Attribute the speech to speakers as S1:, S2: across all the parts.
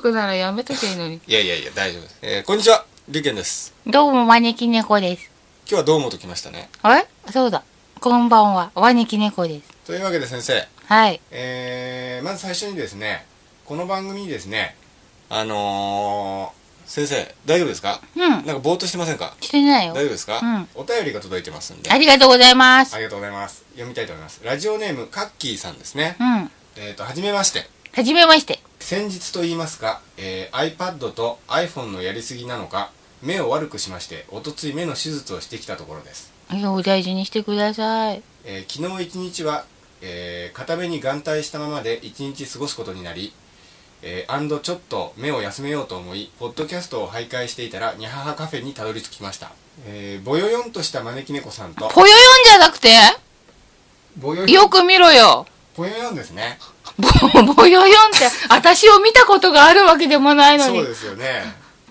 S1: くならやめとけばいいのに
S2: いやいやいや大丈夫です、えーこんにちはりゅうけんです
S1: どうも招き猫です
S2: 今日はどうもときましたね
S1: あれそうだこんばんは招き猫です
S2: というわけで先生、
S1: はい
S2: えーまず最初にですねこの番組にですねあのー先生大丈夫ですか
S1: うん
S2: なんかぼーっとしてませんか
S1: してないよ
S2: 大丈夫ですか、
S1: うん
S2: お便りが届いてますんで
S1: ありがとうございます
S2: ありがとうございます読みたいと思いますラジオネームカッキーさんですね、
S1: うん
S2: えっ、とはじめまして
S1: はじめまして
S2: 先日と言いますか、えー iPad と iPhone のやりすぎなのか目を悪くしましておとつい目の手術をしてきたところです、
S1: いやお大事にしてください
S2: えー昨日一日は、えー片目に眼帯したままで一日過ごすことになりえーアンドちょっと目を休めようと思いポッドキャストを徘徊していたらにゃははカフェにたどり着きました、えーぼよよんとした招き猫さんと
S1: ぽよよんじゃなくて
S2: ぼよ
S1: よく見ろよ
S2: ぼよよんですね
S1: ぼぼよよんって私を見たことがあるわけでもないの
S2: そう
S1: に
S2: ですよね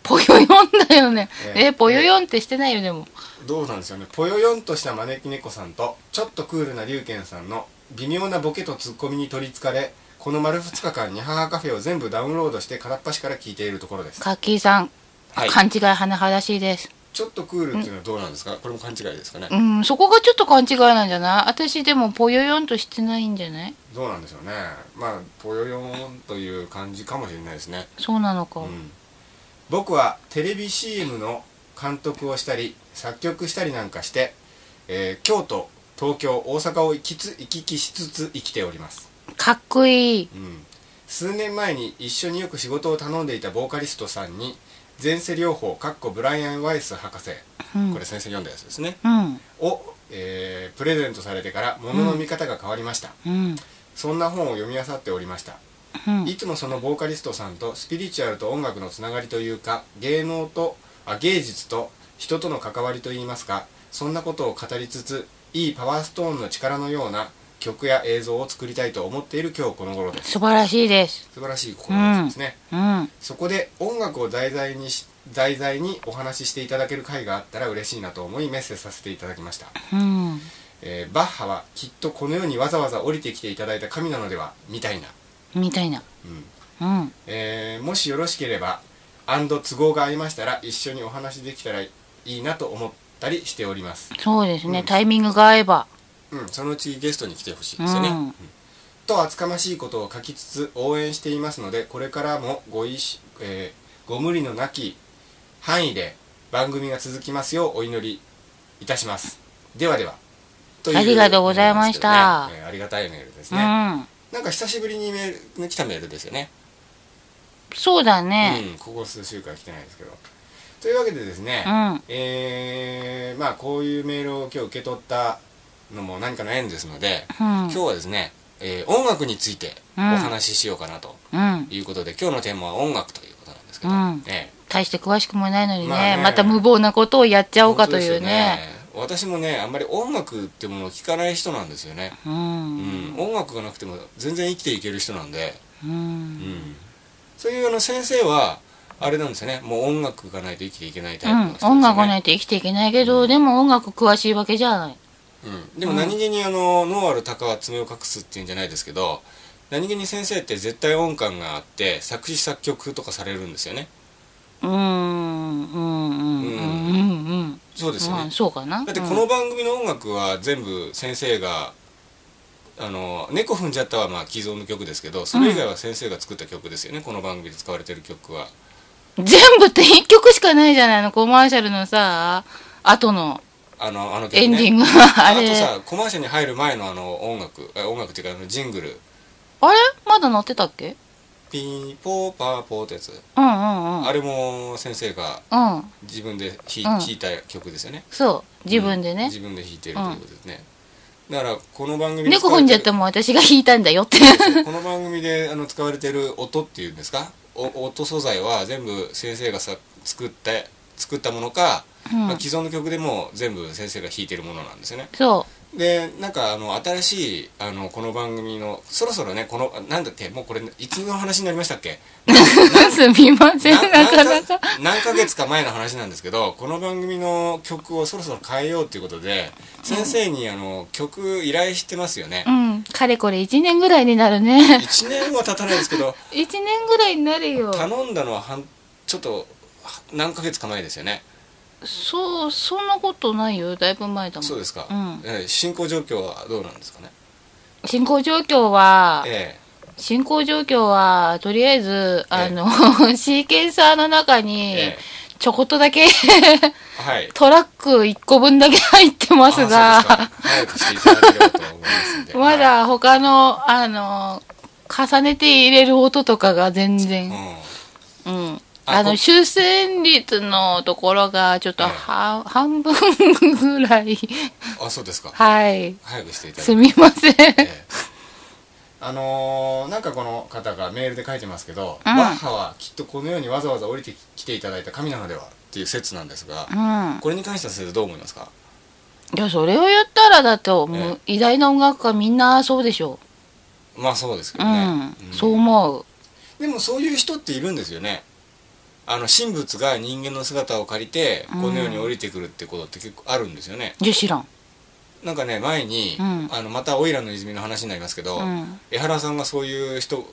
S1: ぽよよんだよね
S2: ええ
S1: えぽよよんってしてないよでも
S2: どうなんですよねぽよよんとした招き猫さんとちょっとクールな龍拳さんの微妙なボケとツッコミに取りつかれこの丸2日間に母カフェを全部ダウンロードして片っ端から聞いているところです
S1: カッキーさん、
S2: はい
S1: 勘違い甚だしいです
S2: ちょっとクールっていうのはどうなんですかこれも勘違いですかね
S1: うんそこがちょっと勘違いなんじゃない私でもぽよよんとしてないんじゃない
S2: どうなんでしょうねまあぽよよんという感じかもしれないですね
S1: そうなのか、
S2: うん僕はテレビ CM の監督をしたり作曲したりなんかして、えー京都東京大阪を行きつ行き来しつつ生きております
S1: かっこいい
S2: うん、数年前に一緒によく仕事を頼んでいたボーカリストさんに前世療法かっこブライアン・ワイス博士
S1: うん
S2: これ先生読んだやつですね、
S1: うん
S2: を、えープレゼントされてから物の見方が変わりました、
S1: うん
S2: そんな本を読み漁っておりました
S1: うん
S2: いつもそのボーカリストさんとスピリチュアルと音楽のつながりというか芸能とあ芸術と人との関わりといいますかそんなことを語りつついいパワーストーンの力のような曲や映像を作りたいと思っている今日この頃です
S1: 素晴らしいです
S2: 素晴らしい試みですね、
S1: うん
S2: そこで音楽を題材にし題材にお話ししていただける回があったら嬉しいなと思いメッセージさせていただきました、
S1: うん
S2: えーバッハはきっとこの世にわざわざ降りてきていただいた神なのではみたいな、
S1: みたいな
S2: うん
S1: うん
S2: えーもしよろしければアンド都合が合いましたら一緒にお話できたらいいなと思ったりしております
S1: そうです
S2: う
S1: ね、
S2: ん
S1: タイミングが合えば
S2: うんそのうちゲストに来てほしいですよね、
S1: うん
S2: うんと厚かましいことを書きつつ応援していますのでこれからもご一緒、えーご無理のなき範囲で番組が続きますようお祈りいたしますではではと
S1: ありがとうございました
S2: メールですけどねえーありがたいメールです
S1: う
S2: ね、
S1: ん
S2: なんか久しぶりにメール来たメールですよね、
S1: そうだね
S2: うん、ここ数週間来てないですけどというわけでですね、
S1: うん
S2: えーまあこういうメールを今日受け取ったのも何かの縁ですので、
S1: うん
S2: 今日はですね、えー音楽についてお話ししようかなと
S1: うん
S2: いうことで、今日のテーマは音楽ということなんですけど、
S1: うん
S2: ね
S1: 大して詳しくもないのにね,、
S2: まあね
S1: また無謀なことをやっちゃおうかと
S2: 本当
S1: い
S2: で
S1: う
S2: すよ
S1: ね
S2: 私もねあんまり音楽ってものを聴かない人なんですよね、
S1: う
S2: うん
S1: ん
S2: 音楽がなくても全然生きていける人なんで、
S1: う
S2: うん
S1: ん
S2: そういうあの先生はあれなんですよねもう音楽がないと生きていけないタイ
S1: う
S2: プの人
S1: ん
S2: ですよね、
S1: 音楽ないと生きていけないけど、でも音楽詳しいわけじゃない
S2: うん、でも何気にあの、脳ある鷹は爪を隠すっていうんじゃないですけど何気に先生って絶対音感があって作詞作曲とかされるんですよね
S1: うーんうんうんうんうんうん
S2: そうですよね、
S1: まあそうかな
S2: だってこの番組の音楽は全部先生が「あの猫踏んじゃった」はまあ既存の曲ですけどそれ以外は先生が作った曲ですよね、この番組で使われてる曲は
S1: うん全部って一曲しかないじゃないのコマーシャルのさ後の
S2: あのあの曲、ね、
S1: エンディング
S2: あ
S1: あれ
S2: とさコマーシャルに入る前のあの音楽あ音楽っていうかあのジングル
S1: あれまだ載ってたっけ
S2: 「ピーポーパーポー」ってやつ、
S1: うんうんうん
S2: あれも先生が
S1: うん
S2: 自分で弾,、
S1: うん
S2: 弾いた曲ですよね
S1: そう自分で
S2: うん
S1: ね、
S2: 自分で弾いてるということですね、だからこの番組で使
S1: 猫
S2: われ
S1: 踏ん
S2: て
S1: じ
S2: る
S1: ゃっても私が弾いたんだよって
S2: この番組であの使われてる音っていうんですかお音素材は全部先生がさ作った作ったものか、
S1: うん
S2: まあ、既存の曲でも全部先生が弾いてるものなんですよね
S1: そ
S2: でなんかあの新しいあのこの番組のそろそろねこのあなんだってもうこれいつの話になりましたっけ
S1: すみません、なかなか。
S2: 何ヶ月か前の話なんですけどこの番組の曲をそろそろ変えようということで先生にあの曲依頼してますよね
S1: う、ん、かれこれ1年ぐらいになるね。
S2: 1年は経たないですけど
S1: 1年ぐらいになるよ。
S2: 頼んだのは半ちょっとは何ヶ月か前ですよね
S1: そう、そんなことないよ。だいぶ前だもん。
S2: そうですか、
S1: うん
S2: えー進行状況はどうなんですかね
S1: 進行状況は、
S2: え
S1: 進行状況は、とりあえず、
S2: ええ
S1: あの、 シーケンサーの中
S2: え
S1: に
S2: え、
S1: ちょこっとだけ、
S2: えはい
S1: トラック1個分だけ入って
S2: あ
S1: ますが、
S2: そうですか早くしていただければと思いますんで
S1: まだ他の、あの、重ねて入れる音とかが全然、
S2: う
S1: うん。
S2: あ
S1: あの、
S2: こ
S1: 修正率のところが、ちょっと
S2: ええ
S1: 半、半分ぐらい。
S2: ん、あそうですか
S1: はい。
S2: 早くしていただ
S1: す
S2: いて、
S1: みません。
S2: ええあのーなんかこの方がメールで書いてますけど、
S1: うん
S2: バッハはきっとこのようにわざわざ降りてきていただいた神なのではっていう説なんですが、
S1: うん。
S2: これに関しては先生どう思いますか
S1: いや、それを言ったら、だって、もう偉大な音楽家みんなそうでしょ
S2: まあそうですけ
S1: う。う
S2: どね
S1: ん。、そう思う。
S2: でもそういう人っているんですよねあの神仏が人間の姿を借りて
S1: うん
S2: この世に降りてくるってことって結構あるんですよね、
S1: いや、知らん。
S2: なんかね前に、
S1: うん
S2: あのまた「オイラの泉」の話になりますけど、
S1: うん。
S2: 江原さんがそういう人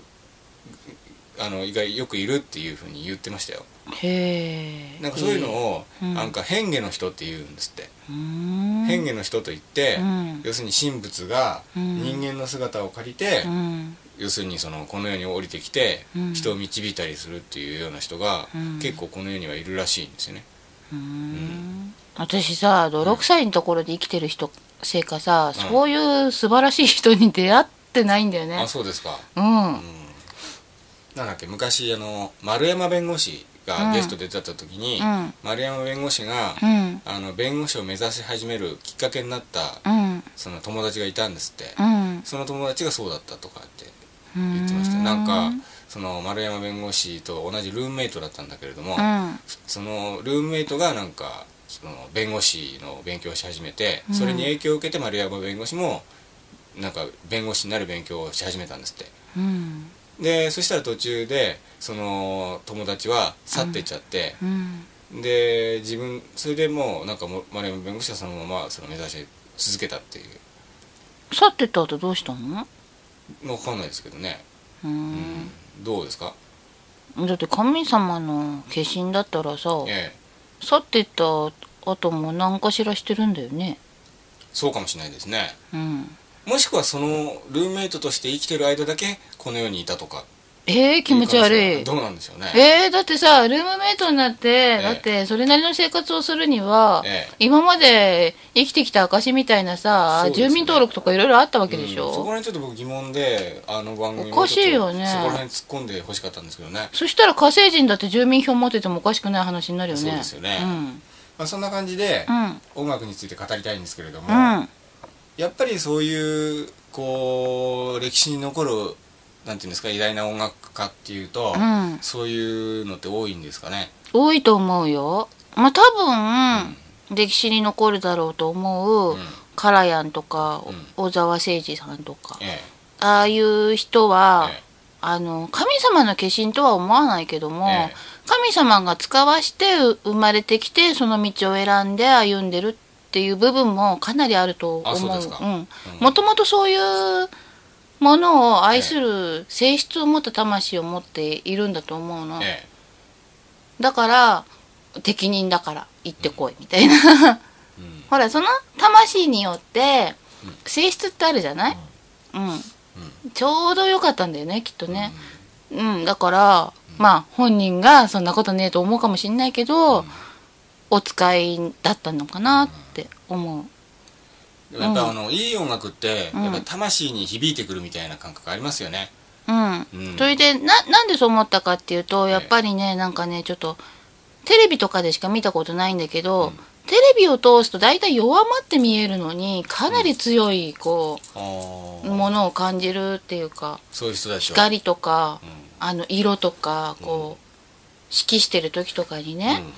S2: あの意外よくいるっていうふうに言ってましたよ
S1: へえ。
S2: なんかそういうのを、
S1: うん
S2: なんか変化の人って言うんですって、
S1: うーん。
S2: 変化の人と言って、
S1: うん
S2: 要するに神仏が
S1: うん
S2: 人間の姿を借りて、
S1: うん。
S2: 要するにそのこの世に降りてきて
S1: うん
S2: 人を導いたりするっていうような人が
S1: うん
S2: 結構この世にはいるらしいんですよね。
S1: うーん私さ泥臭いところで生きてる人せいかさ、
S2: うん
S1: そういう素晴らしい人に出会ってないんだよね
S2: あそうですか、
S1: うん、
S2: うん、なんだっけ昔あの丸山弁護士
S1: う
S2: が
S1: ん
S2: ゲストで出た時に、
S1: うん
S2: 丸山弁護士が、
S1: うん
S2: あの弁護士を目指し始めるきっかけになった
S1: うん
S2: その友達がいたんですって、
S1: うん
S2: その友達がそうだったとかって
S1: うん
S2: 言ってましたなんかその丸山弁護士と同じルームメイトだったんだけれども、
S1: うん
S2: そのルームメイトがなんかその弁護士の勉強をし始めてそれに影響を受けて丸山弁護士もなんか弁護士になる勉強をし始めたんですって
S1: うん
S2: でそしたら途中でその友達は去っていっちゃって、
S1: うん
S2: で自分それでもうなんかもう丸山弁護士はそのままその目指し続けたっていう
S1: 去ってった後どうしたの
S2: のわかんないですけどね、
S1: う
S2: うん
S1: ん、
S2: どうですか
S1: だって神様の化身だったらさ
S2: ええ
S1: 去ってった後も何かしらしてるんだよね
S2: そうかもしれないですね
S1: うん
S2: もしくはそのルームメイトとして生きてる間だけこの世にいたとか
S1: えー、気持ち悪い
S2: どうなんでしょうね
S1: えー、だってさルームメイトになって、
S2: え
S1: だってそれなりの生活をするには、
S2: ええ
S1: 今まで生きてきた証みたいなさ、
S2: そうですね
S1: 住民登録とかいろいろあったわけでし
S2: うんそこ
S1: ょ、
S2: ら辺ちょっと僕疑問であの番組も
S1: おかしいよね
S2: ちょっとそこら辺突っ込んでほしかったんですけどね、
S1: そしたら火星人だって住民票持っててもおかしくない話になるよね
S2: そうですよねまあ、そんな感じで
S1: うんうん
S2: 音楽について語りたいんですけれども、
S1: うん
S2: やっぱりそういうこう歴史に残るなんていうんですか偉大な音楽家っていうと、
S1: うん
S2: そういうのって多いんですかね
S1: 多いと思うよまあ多分、歴史に残るだろうと思う、
S2: うん
S1: カラヤンとか、
S2: うん
S1: 小沢誠二さんとか、
S2: え
S1: ああいう人は、
S2: ええ
S1: あの神様の化身とは思わないけども、
S2: ええ
S1: 神様が使わしてう生まれてきてその道を選んで歩んでるっていう部分もかなりあると
S2: あそう
S1: 思
S2: で
S1: う
S2: すか
S1: うん
S2: うん
S1: もともとそういうものを愛する性質を持った魂を持っているんだと思うの、
S2: ええ
S1: だから適任だから行ってこいみたいな
S2: えうん
S1: ほらその魂によって
S2: うん
S1: 性質ってあるじゃない、うんちょうどよかったんだよねきっと
S2: うん
S1: ね、うん、だから、まあ本人がそんなことねえと思うかもしんないけど、
S2: うん
S1: お使いだったのかなって思う。
S2: でもやっぱあのいい音楽って
S1: うん
S2: やっぱ魂に響いてくるみたいな感覚ありますよね、
S1: うん。
S2: うん
S1: それでななんでそう思ったかっていう
S2: え
S1: と
S2: え
S1: やっぱりねなんかねちょっとテレビとかでしか見たことないんだけど、
S2: うん
S1: テレビを通すと大体弱まって見えるのにかなり強いこ
S2: あ
S1: う、
S2: ー
S1: ものを感じるっていうか
S2: そういう人たちは
S1: 光とか
S2: うん
S1: あの色とかこう指揮してる時とかにね、
S2: うん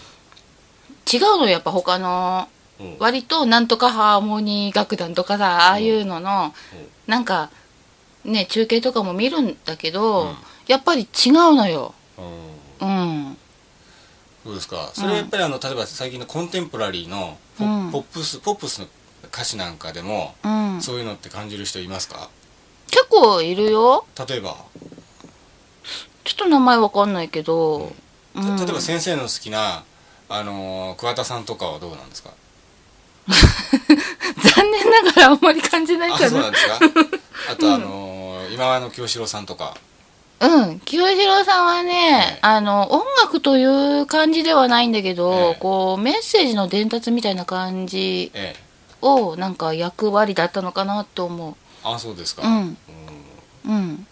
S1: 違うのよやっぱ他の
S2: うん
S1: 割となんとかハーモニー楽団とかさああいうののなんかね中継とかも見るんだけど、
S2: うん
S1: やっぱり違うのよ
S2: うん
S1: うん
S2: そうですかそれはやっぱりあの例えば最近のコンテンポラリーのポ,、
S1: うん
S2: ポップスポップスの歌詞なんかでも、
S1: うん結
S2: そういうのって感じる人いますか
S1: 構いるよ
S2: 例えば、
S1: ちょっと名前わかんないけど、う
S2: た
S1: ん
S2: 例えば先生の好きな、あのー桑田さんとかはどうなんですか
S1: 残念ながらあんまり感じない
S2: あ
S1: か
S2: そう
S1: な
S2: なんです かあと、あのー今川の清志郎さんとか
S1: うん、清志郎さんはね、あの音楽という感じではないんだけど、
S2: ええ
S1: こうメッセージの伝達みたいな感じ
S2: ええ
S1: をなんか役割だったのかなと思う。
S2: あそうですか、
S1: うんうん、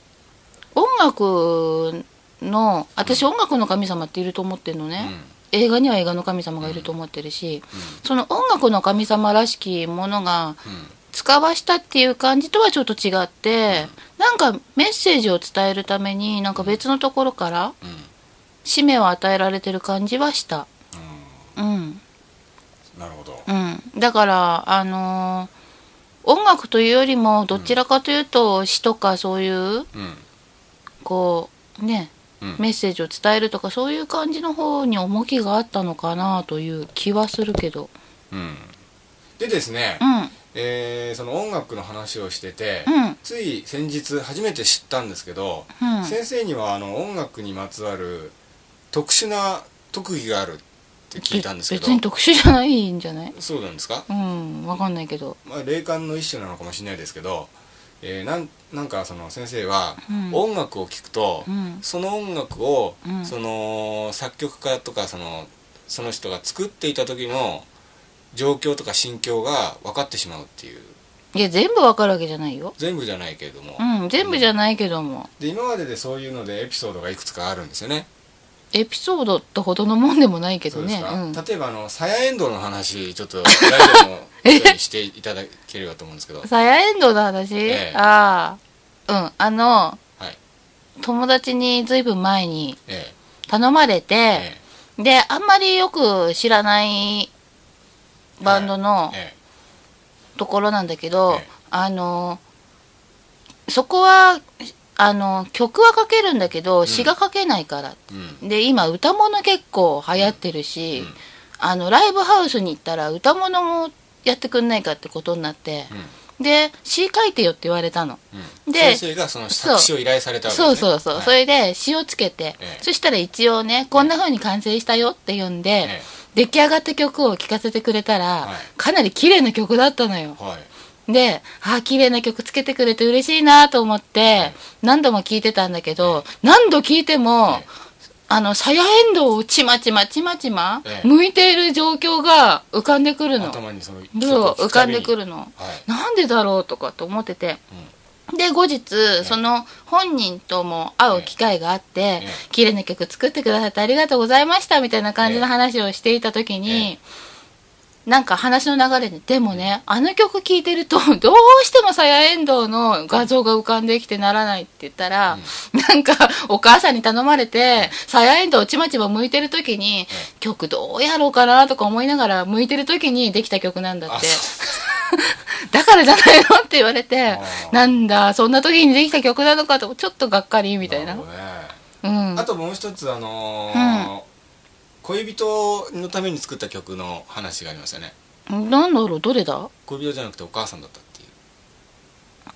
S1: 音楽の私音楽の神様っていると思ってるの
S2: うん
S1: ね、映画には映画の神様がいると思ってるし、その音楽の神様らしきものが
S2: うんうん
S1: 使わしたっていう感じとはちょっと違って、なんかメッセージを伝えるためになんか別のところから
S2: うんうん
S1: 使命を与えられてる感じはした。うん、
S2: なるほど、
S1: うん、だからあのー音楽というよりもどちらかというと詩とかそういう
S2: うん
S1: こうね
S2: うん
S1: メッセージを伝えるとかそういう感じの方に重きがあったのかなという気はするけど
S2: うん、でですね、
S1: うんうん
S2: えーその音楽の話をしてて、
S1: うん
S2: つい先日初めて知ったんですけど、先生にはあの音楽にまつわる特殊な特技があるって聞いたんですけど
S1: 別に特殊じゃないんじゃない
S2: そうなんですか、
S1: うんわかんないけど
S2: まあ、霊感の一種なのかもしれないですけど、えーなんなんかその先生は
S1: うん
S2: 音楽を聴くと、
S1: うん
S2: その音楽を、
S1: うん
S2: その作曲家とかそのその人が作っていた時の状況とか心境が分かってしまうっていう
S1: いや全部わかるわけじゃないよ
S2: 全部じゃないけれども、
S1: うん全部じゃないけども
S2: で今まででそういうのでエピソードがいくつかあるんですよね
S1: エピソードってほどのもんでもないけ
S2: そ
S1: ど
S2: うです
S1: ね
S2: か、
S1: うん
S2: 例えばあのサヤエンドウの話ちょっとラジオの人にしていただければと思うん ですけど
S1: サヤエンドウの話、
S2: ええ
S1: ああうんあの
S2: はい
S1: 友達にずいぶん前に
S2: え
S1: 頼まれて、
S2: ええ
S1: であんまりよく知らないバンドの
S2: ええ
S1: ところなんだけど、
S2: ええ
S1: あのそこはあの曲は書けるんだけど詩が書けないから、
S2: えうん
S1: で今歌物結構流行ってるし、
S2: うん
S1: あのライブハウスに行ったら歌物もやってくんないかってことになって、で詩書いてよって言われたの。
S2: うんうん
S1: で
S2: 先生がその作詞を依頼されたわけです
S1: そ
S2: ね
S1: うそうそう、
S2: はい
S1: それで詩をつけて、
S2: ええ
S1: そしたら一応ねこんな風に完成したよって呼んで、
S2: ええ
S1: 出来上がった曲を聴かせてくれたら、
S2: はい
S1: かなり綺麗な曲だったのよ
S2: はい
S1: でああ綺麗な曲つけてくれて嬉しいなと思って何度も聴いてたんだけど、何度聴いても、
S2: ええ
S1: あのさやえんどうをちまちまちまちま、
S2: ええ
S1: 向いている状況が浮かんでくるの
S2: 頭にその
S1: そう浮かんでく
S2: る
S1: るの
S2: はい
S1: なんでだろうとかと思っててで後日その本人とも会う機会があって
S2: え
S1: 「綺麗な曲作ってくださってありがとうございました」みたいな感じの話をしていた時になんか話の流れで「でもねあの曲聴いてると どうしてもさやえんどうの画像が浮かんできてならない」って言ったらなんかお母さんに頼まれてさやえんどうちまちま向いてる時に曲どうやろうかなとか思いながら向いてる時にできた曲なんだ
S2: あ
S1: って。
S2: そ
S1: だからじゃないのって言われて
S2: あー
S1: なんだそんな時にできた曲なのかとちょっとがっかり
S2: う
S1: みたいな
S2: るほどね
S1: うん
S2: あともう一つあのー恋人のために作った曲の話がありましたね
S1: なんだろうどれだあ
S2: 恋人じゃなくてお母さんだったっていう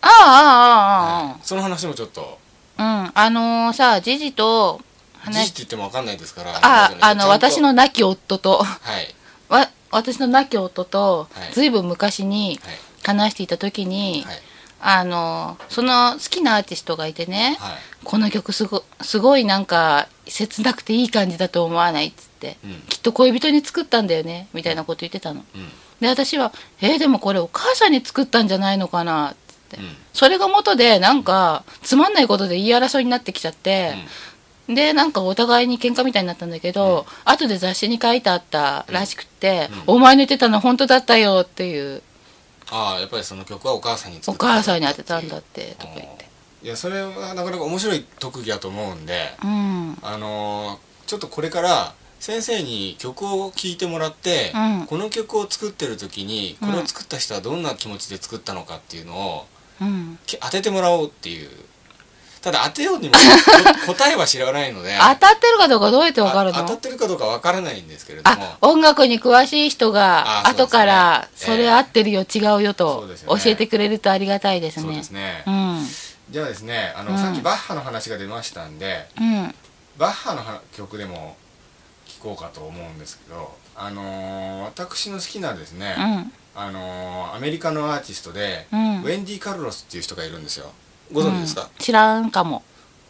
S1: ああ
S2: はいその話もちょっと
S1: ああああうんあのーさジジと
S2: 時事
S1: 話
S2: って言ってもわかんないですから
S1: ああの私
S2: ちゃんと
S1: の亡き夫と
S2: はい
S1: わ私の亡き夫と
S2: はい
S1: ずいぶん昔に
S2: はい
S1: 話していた時に、
S2: はい
S1: あのーその好きなアーティストがいてね、
S2: はい
S1: この曲すごすごいなんか切なくていい感じだと思わないっつって、
S2: うん
S1: きっと恋人に作ったんだよねみたいなこと言ってたの
S2: うん
S1: で私は「えーでもこれお母さんに作ったんじゃないのかな」っつって、
S2: うん
S1: それが元でなんかつまんないことで言い争いになってきちゃっ
S2: う
S1: て、
S2: ん
S1: でなんかお互いに喧嘩みたいになったんだけど、後で雑誌に書いてあったらしくって「
S2: うん
S1: お前の言ってたの本当だったよ」っていう
S2: ああやっぱりその曲はお母さんに
S1: 「お
S2: 作った
S1: 母さんに当てたんだって」とか言って。
S2: いやそれはなかなか面白い特技だと思うんで
S1: うん
S2: あのーちょっとこれから先生に曲を聴いてもらって、
S1: うん
S2: この曲を作ってる時にこ
S1: うん
S2: れを作った人はどんな気持ちで作ったのかっていうのを
S1: うん、
S2: き当ててもらおうっていうただ当てよ うにもこ答えは知らないので
S1: 当たってるかどうかどうやってわかる
S2: あ当たっ
S1: の
S2: てるかどうかわからないんですけれども
S1: あ音楽に詳しい人が
S2: あそうですね
S1: 後からそ
S2: え
S1: れ
S2: え
S1: 合ってるよ違うよ
S2: そ
S1: と
S2: うですよ
S1: 教
S2: ね
S1: えてくれるとありがたいです
S2: そう
S1: ね
S2: ですね、
S1: うん
S2: じゃあですねあの、
S1: うん
S2: さっきバッハの話が出ましたんで
S1: うん
S2: バッハのは曲でも聴こうかと思うんですけどあのー私の好きなですね、
S1: うん
S2: あのーアメリカのアーティストで、
S1: うん
S2: ウェンディ・カルロスっていう人がいるんですよご存知ですか、
S1: うん知らんかも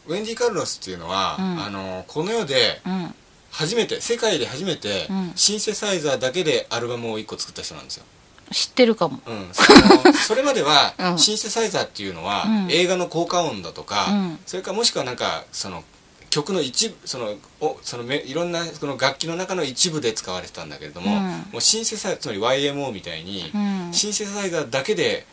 S2: ウェンディ・カルロスっていうのは、
S1: うん
S2: あのーこの世で
S1: うん
S2: 初めて世界で初めて、
S1: うん
S2: シンセサイザーだけでアルバムを1個作った人なんですよ、
S1: 知ってるかも
S2: うん、そのそれまでは、
S1: うん
S2: シンセサイザーっていうのは、
S1: うん
S2: 映画の効果音だとか、
S1: うん
S2: それからもしくはなんかその曲の一部そのおそのめいろんなその楽器の中の一部で使われてたんだけれども、
S1: うん
S2: もうシンセサイザーつまり YMO みたいに、
S1: うん
S2: シンセサイザーだけで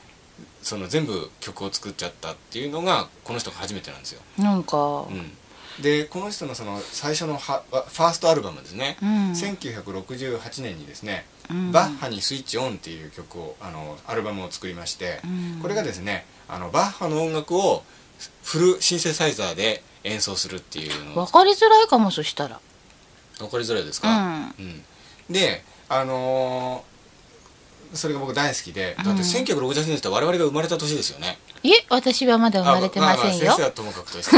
S2: その全部曲を作っちゃったっていうのがこの人が初めてなんですよ、
S1: なんか
S2: うん、でこの人のその最初のはファーストアルバムですね、
S1: うん
S2: 1968年にですね「
S1: うん
S2: バッハにスイッチオン」っていう曲をあのアルバムを作りまして、
S1: うん
S2: これがですねあのバッハの音楽をフルシンセサイザーで演奏するっていうの
S1: わかりづらいかもそしたら
S2: 分かりづらいです
S1: う
S2: か、
S1: ん
S2: うんであのーそれが僕大好きでだっ
S1: うん
S2: て1968年って我々が生まれた年ですよね、
S1: いえ私はまだ生まれてませ
S2: あ
S1: ん
S2: あ
S1: よ
S2: あ先生はともかくと して、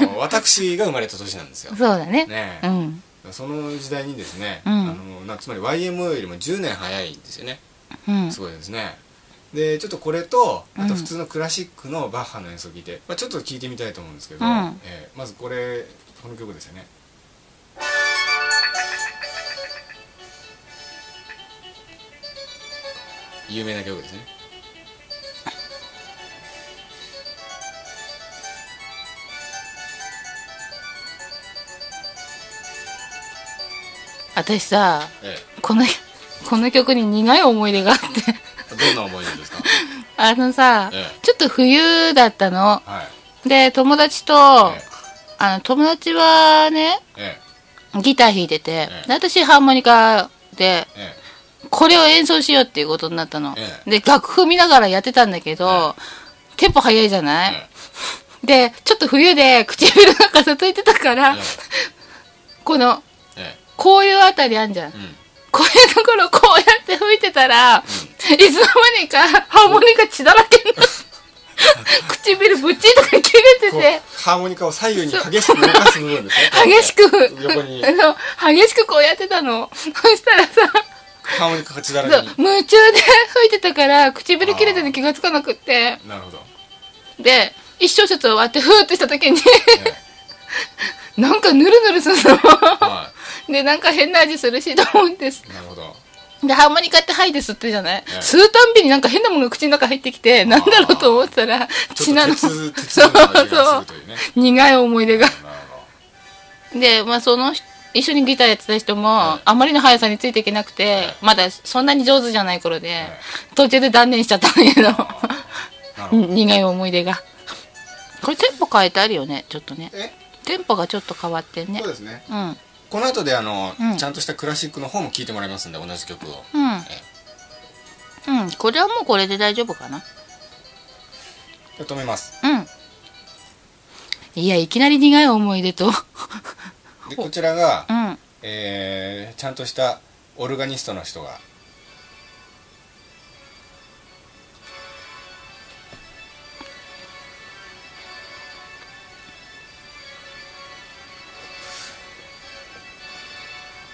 S2: あの私が生まれた年なんですよ
S1: そう。だね
S2: ね
S1: う
S2: え
S1: ん
S2: その時代にですね、
S1: うん
S2: あのなつまり YMO よりも10年早いんですよね。
S1: うん
S2: すごいですね。でちょっとこれとあ
S1: う
S2: と
S1: ん
S2: 普通のクラシックのバッハの演奏を聞いて、まあ、ちょっと聞いてみたいと思うんですけど、
S1: うん
S2: ええまずこれこの曲ですよね。有名な曲ですね。
S1: 私さ
S2: ええ
S1: このこの曲に苦い思い出があ って
S2: どんな思い出です か。
S1: あのさ、
S2: ええ
S1: ちょっと冬だったの
S2: はい。
S1: で友達と、
S2: え
S1: あの友達はね
S2: ええ
S1: ギター弾いてて、
S2: ええ
S1: で私ハーモニカで
S2: えええ
S1: これを演奏しようっていうことになったの、
S2: え
S1: で楽譜見ながらやってたんだけど、テンポ早いじゃない、
S2: え
S1: でちょっと冬で唇がかさついてたから、
S2: ええ
S1: この
S2: え
S1: こういうあたりあんじゃん
S2: え、うん、
S1: こういうところをこうやって吹いてたら、いつの間にかハーモニカ血だらけになって 唇ぶっちりとか切れて
S2: こ
S1: て
S2: うハーモニカを左右に激しく動かす部分です ね
S1: 激しく
S2: 横 に
S1: あの激しくこうやってたのそしたらさ
S2: ハーモニカが血だ
S1: そ
S2: ら
S1: う
S2: けに
S1: 夢中で吹いてたから唇切れてて気がつかなくって
S2: なるほど、
S1: で一小節終わってふーってした時に
S2: え
S1: なんかぬるぬるする
S2: え
S1: の
S2: は
S1: でなんか変な味するしと思って
S2: いなるほど
S1: で、ハーモニカってはいですってじゃない、
S2: ええ
S1: 吸うたんびになんか変なものが口の中入ってきて、なんだろうと思ったら、
S2: ち
S1: 血
S2: ょっ
S1: な
S2: と
S1: の。
S2: 鉄鉄の
S1: そ
S2: 味
S1: う
S2: が
S1: そ
S2: す
S1: う
S2: るというね
S1: 苦い思い出が。
S2: なるほ
S1: で、まあその人、一緒にギターやってた人も、
S2: はい
S1: あまりの速さについていけなくて、
S2: い
S1: まだそんなに上手じゃない頃で、
S2: い
S1: 途中で断念しちゃったんだけ
S2: どな
S1: ど、
S2: るほど
S1: 苦い思い出が。これテンポ変えてあるよね、ちょっとね。
S2: え
S1: テンポがちょっと変わってんね
S2: そう。ですね
S1: うん。うん。
S2: この後であの、
S1: うん
S2: ちゃんとしたクラシックの方も聴いてもらいますんで同じ曲を、え
S1: うん。これはもうこれで大丈夫かな。
S2: え止めます
S1: うん。いや、いきなり苦い思い出と。
S2: でこちらが、
S1: うん。
S2: えーちゃんとしたオルガニストの人が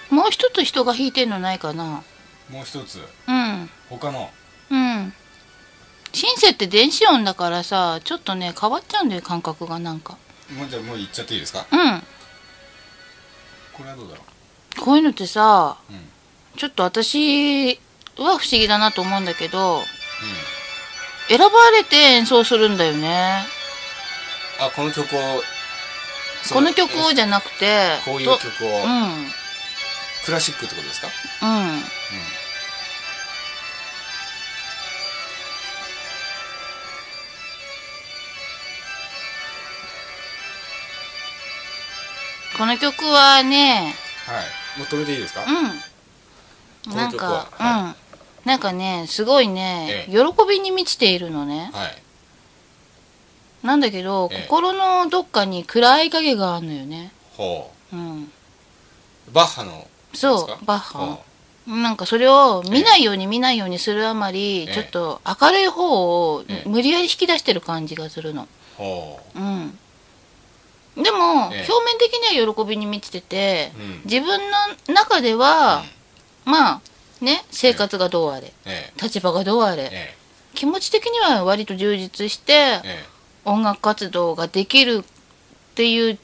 S1: もう一つ人が弾いてんのないかな
S2: もう一つ
S1: うん
S2: 他の
S1: うんシンセって電子音だからさちょっとね変わっちゃうんだよ感覚がなんか
S2: もうじゃあもう言っちゃっていいですか
S1: うん
S2: これはどうだろ
S1: こういうのってさ
S2: ううんうん
S1: ちょっと私は不思議だなと思うんだけど選ばれて演奏するんだよね
S2: あこの曲を
S1: この曲をじゃなくて
S2: こういう
S1: と
S2: 曲を、
S1: うんうん
S2: クラシックってことですか、
S1: この曲は
S2: は
S1: ね
S2: いもう止めていいですか、
S1: うんなんか、
S2: この曲は
S1: うんなんかねすごいね、
S2: ええ
S1: 喜びに満ちているのね
S2: はい
S1: なんだけど、
S2: ええ
S1: 心のどっかに暗い影があるのよね
S2: ほ
S1: うん
S2: うバッハのです
S1: そ
S2: か
S1: うバッハ
S2: ほ
S1: なんかそれを見ないように見ないようにするあまり、
S2: ええ
S1: ちょっと明るい方を
S2: ええ
S1: 無理やり引き出してる感じがするの
S2: うほ
S1: うんでも、
S2: ええ
S1: 表面的には喜びに満ちてて
S2: ううん
S1: 自分の中では、まあね生活がどうあれ、
S2: え
S1: 立場がどうあ
S2: え
S1: れ
S2: え
S1: 気持ち的には割と充実して
S2: ええ
S1: 音楽活動ができるっていう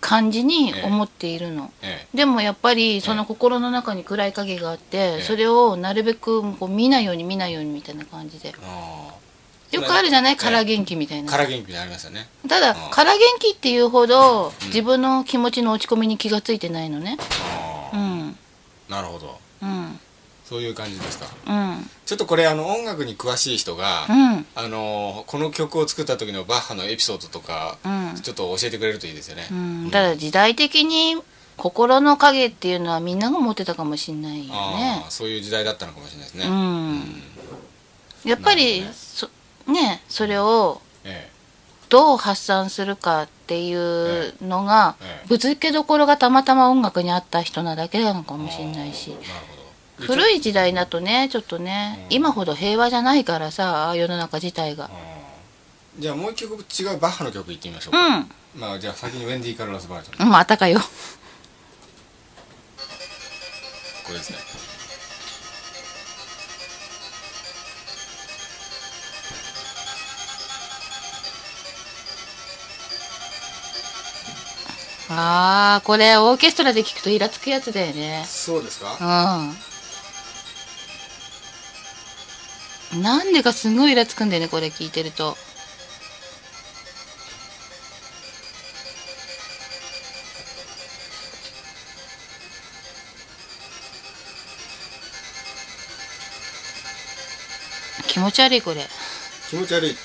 S1: 感じに
S2: ええ
S1: 思っているの、
S2: ええ
S1: でもやっぱりその心の中に暗い影があって、
S2: え
S1: それをなるべくこう見ないように見ないようにみたいな感じで
S2: あ
S1: よくあるじゃない
S2: ええ
S1: 空元気みたい
S2: あ
S1: な、
S2: から元気になりましたね
S1: た
S2: う
S1: だ
S2: ん
S1: 空元気っていうほど
S2: うん
S1: 自分の気持ちの落ち込みに気がついてないのね
S2: あ
S1: う
S2: あ、
S1: ん
S2: なるほど
S1: うん
S2: そういう感じですか
S1: うん
S2: ちょっとこれあの音楽に詳しい人が、
S1: うん
S2: あのーこの曲を作った時のバッハのエピソードとか、
S1: うん
S2: ちょっと教えてくれるといいですよね、
S1: うん、ただ時代的に心の影っていうのはみんなが持ってたかもしれないよ
S2: あ
S1: ね
S2: あ。そういう時代だったのかもしれないですね、
S1: うん
S2: うん
S1: やっぱり
S2: なるほどね
S1: そねそれを
S2: え
S1: どう発散するかっていうのが
S2: ええ
S1: ぶつけどころがたまたま音楽にあった人なだけなのか
S2: え
S1: もしれないし
S2: ああなるほどい
S1: 古い時代だとねちょっとね
S2: うん
S1: 今ほど平和じゃないからさ世の中自体が。
S2: じゃあもう一曲違うバッハの曲いってみましょう
S1: う
S2: か、
S1: ん
S2: まあ、じゃあ先にウェンディ・カルロスバージョン
S1: うんまたかよ。
S2: これですね
S1: ああこれオーケストラで聴くとイラつくやつだよね。
S2: そうですか
S1: うん。なんでかすごいイラつくんだよねこれ聞いてると。気持ち悪いこれ。
S2: 気持ち悪いって、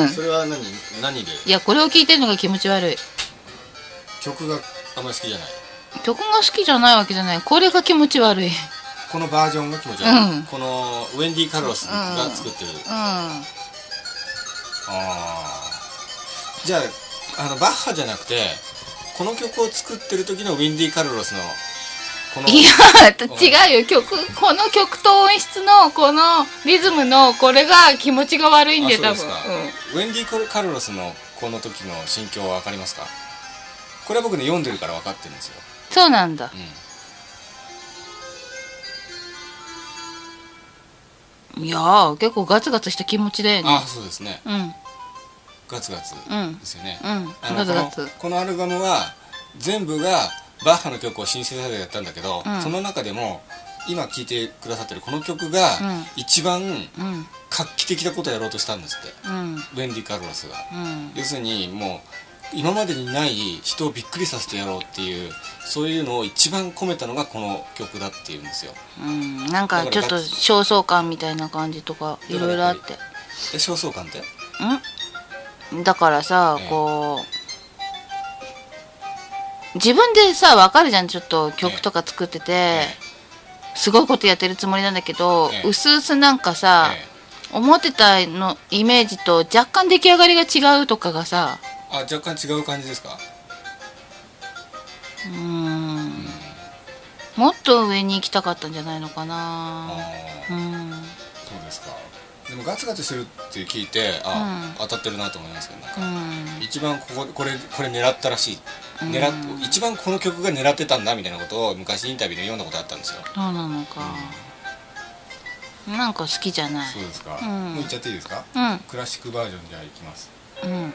S1: うん
S2: それは何何で
S1: いやこれを聞いてるのが気持ち悪い。
S2: 曲があんまり好きじゃない
S1: 曲が好きじゃないわけじゃない。これが気持ち悪い。うん。
S2: このバージョンが気持ち悪い、
S1: うん
S2: このウェンディ・カルロスが作ってる、あーじゃああのバッハじゃなくてこの曲を作ってる時のウィンディ・カルロスのこの
S1: いや、違うよ。曲、この曲と音質の、このリズムの、これが気持ちが悪いんで、
S2: あそう
S1: 多
S2: です
S1: 分。
S2: かウェンディ・カルロスのこの時の心境は分かりますかこれは僕ね読んでるから分かってるんですよ、
S1: そうなんだ
S2: う。ん
S1: いやー、結構ガツガツした気持ちだよね。
S2: あそうですね
S1: うん、
S2: ガツガツ
S1: うん
S2: ですよね、
S1: うん、
S2: あの
S1: ガツガ
S2: この
S1: ツ。
S2: このアルバムは全部がバッハの曲をシンセサイザーでやったんだけど、
S1: うん
S2: その中でも今聴いてくださってるこの曲が
S1: うん
S2: 一番
S1: うん、
S2: 画期的なことをやろうとしたんですって
S1: うん、
S2: ウェンディ・カルロスが
S1: うん。
S2: 要するにもう今までにない人をびっくりさせてやろうっていうそういうのを一番込めたのがこの曲だっていうんですよ
S1: うん、なんか
S2: だ
S1: ち
S2: か
S1: ょ
S2: ら
S1: っ
S2: ガ
S1: と
S2: ツ
S1: 焦燥感みたいな感じとかいろいろあって
S2: え焦燥感って
S1: んだからさ、
S2: ええ
S1: こう自分でさわかるじゃんちょっと曲とか作ってて、すごいことやってるつもりなんだけど、
S2: ええ
S1: うすうすなんかさ、
S2: ええ
S1: 思ってたのイメージと若干出来上がりが違うとかがさ
S2: あ若干違う感じですか
S1: うーんもっと上に行きたかったんじゃないのか
S2: あ
S1: な
S2: あ
S1: うん
S2: そうですかでもガツガツしてるって聞いてあ、当たってるなと思いますけどなん
S1: う
S2: か
S1: ん
S2: 一番こここれこれ狙ったらしい狙っ
S1: うん
S2: 一番この曲が狙ってたんだみたいなことを昔インタビューで読んだことあったんですよ
S1: そうなのか、なんか好きじゃない
S2: そうですか、
S1: うん
S2: もういっちゃっていいですか
S1: うん
S2: クラシックバージョンじゃあいきます
S1: うん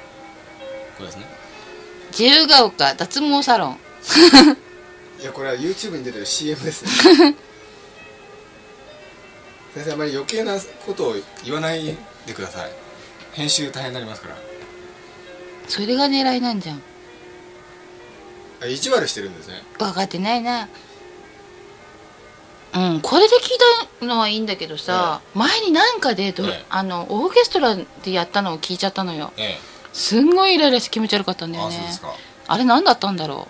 S2: これですね
S1: 自由が丘脱毛サロン
S2: いやこれは YouTube に出てる CM ですね 先生あまり余計なことを言わないでください編集大変になりますから
S1: それが狙いなんじゃん
S2: あ意地悪してるんですね
S1: 分かってないなうんこれで聞いたのはいいんだけどさ、前になんかでど、
S2: ええ
S1: あのオーケストラでやったのを聞いちゃったのよ
S2: ええ
S1: すんごいイライラして気持ち悪かったんだよ
S2: あ
S1: ね
S2: そうですか
S1: あれ何だったんだろ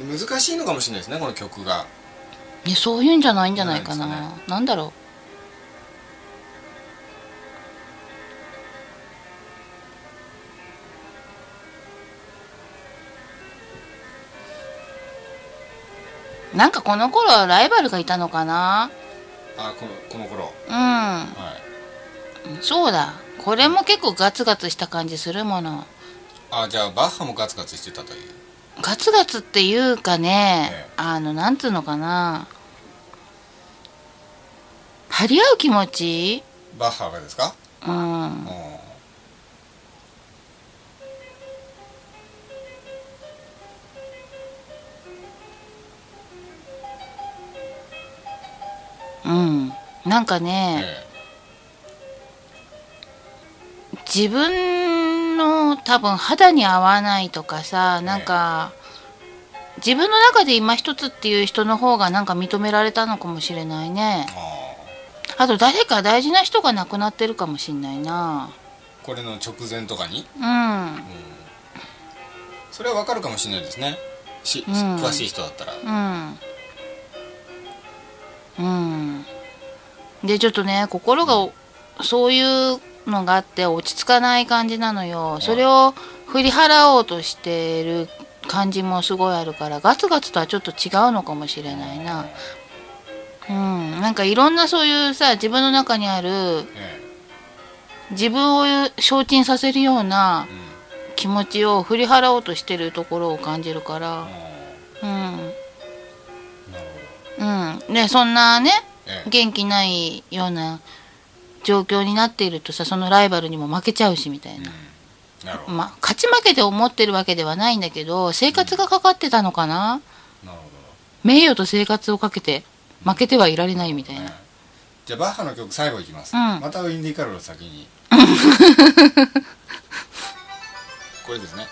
S1: う
S2: 難しいのかもしれないですねこの曲が
S1: ね、そういうんじゃないんじゃないかな。
S2: じゃない
S1: な
S2: で
S1: んだろう。なんかこの頃ライバルがいたのかな
S2: あこのこの頃
S1: う
S2: はい
S1: んそうだこれも結構ガツガツした感じするもの
S2: あじゃあバッハもガツガツしてたという
S1: ガツガツっていうかね、
S2: ええ
S1: あのなんつうのかな張り合う気持ち
S2: バッハがですか
S1: うん
S2: う、ん
S1: うん、なんか
S2: え
S1: ね、
S2: え
S1: 自分の多分肌に合わないとかさなんか、自分の中で今一つっていう人の方がなんか認められたのかもしれないね
S2: あ
S1: あと誰か大事な人が亡くなってるかもしんないな
S2: ーこれの直前とかに
S1: うん
S2: それはわかるかもしれないですねし、
S1: うん
S2: 詳しい人だったら
S1: うんうんでちょっとね心がおそういうのがあって落ち着かない感じなのよそれを振り払おうとしてる感じもすごいあるからガツガツとはちょっと違うのかもしれないなうんなんかいろんなそういうさ自分の中にある
S2: え
S1: 自分を消沈させるような
S2: えうん
S1: 気持ちを振り払おうとしてるところを感じるからう
S2: う
S1: ん
S2: んなるほど
S1: うんねそんなね
S2: ええ
S1: 元気ないような状況になっているとさそのライバルにも負けちゃうしみたいな、
S2: うんなるほど
S1: まあ勝ち負けで思ってるわけではないんだけど生活がかかってたのかな
S2: なるほ
S1: 名誉と生活をかけて負けてはいられないみた
S2: ど
S1: い
S2: ね
S1: な、
S2: じゃあバッハの曲最後いきます、
S1: うん
S2: またウィンディ・カロル先にこれですね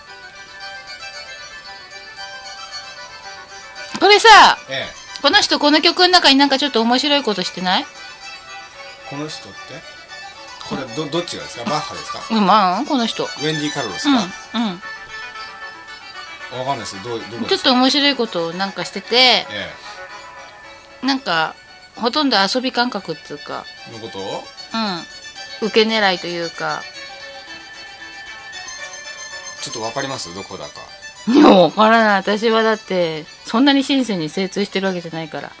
S1: これさ
S2: ええ
S1: この人この曲の中になんかちょっと面白いことしてない
S2: この人ってこれどどっちがですかバッハですか
S1: うんまあこの人
S2: ウェンディ・カロルです
S1: うん
S2: か、
S1: う
S2: わかんないですどうどういうこ
S1: ん
S2: と
S1: ち
S2: で
S1: ょっ
S2: すか
S1: と面白いことをなんかしてて
S2: え
S1: なんかほとんど遊び感覚っつうか
S2: えのことを
S1: うん受け狙いというか
S2: ちょっとわかりますどこだか
S1: いや、わからない。私はだって、そんなに深セに精通してるわけじゃないから。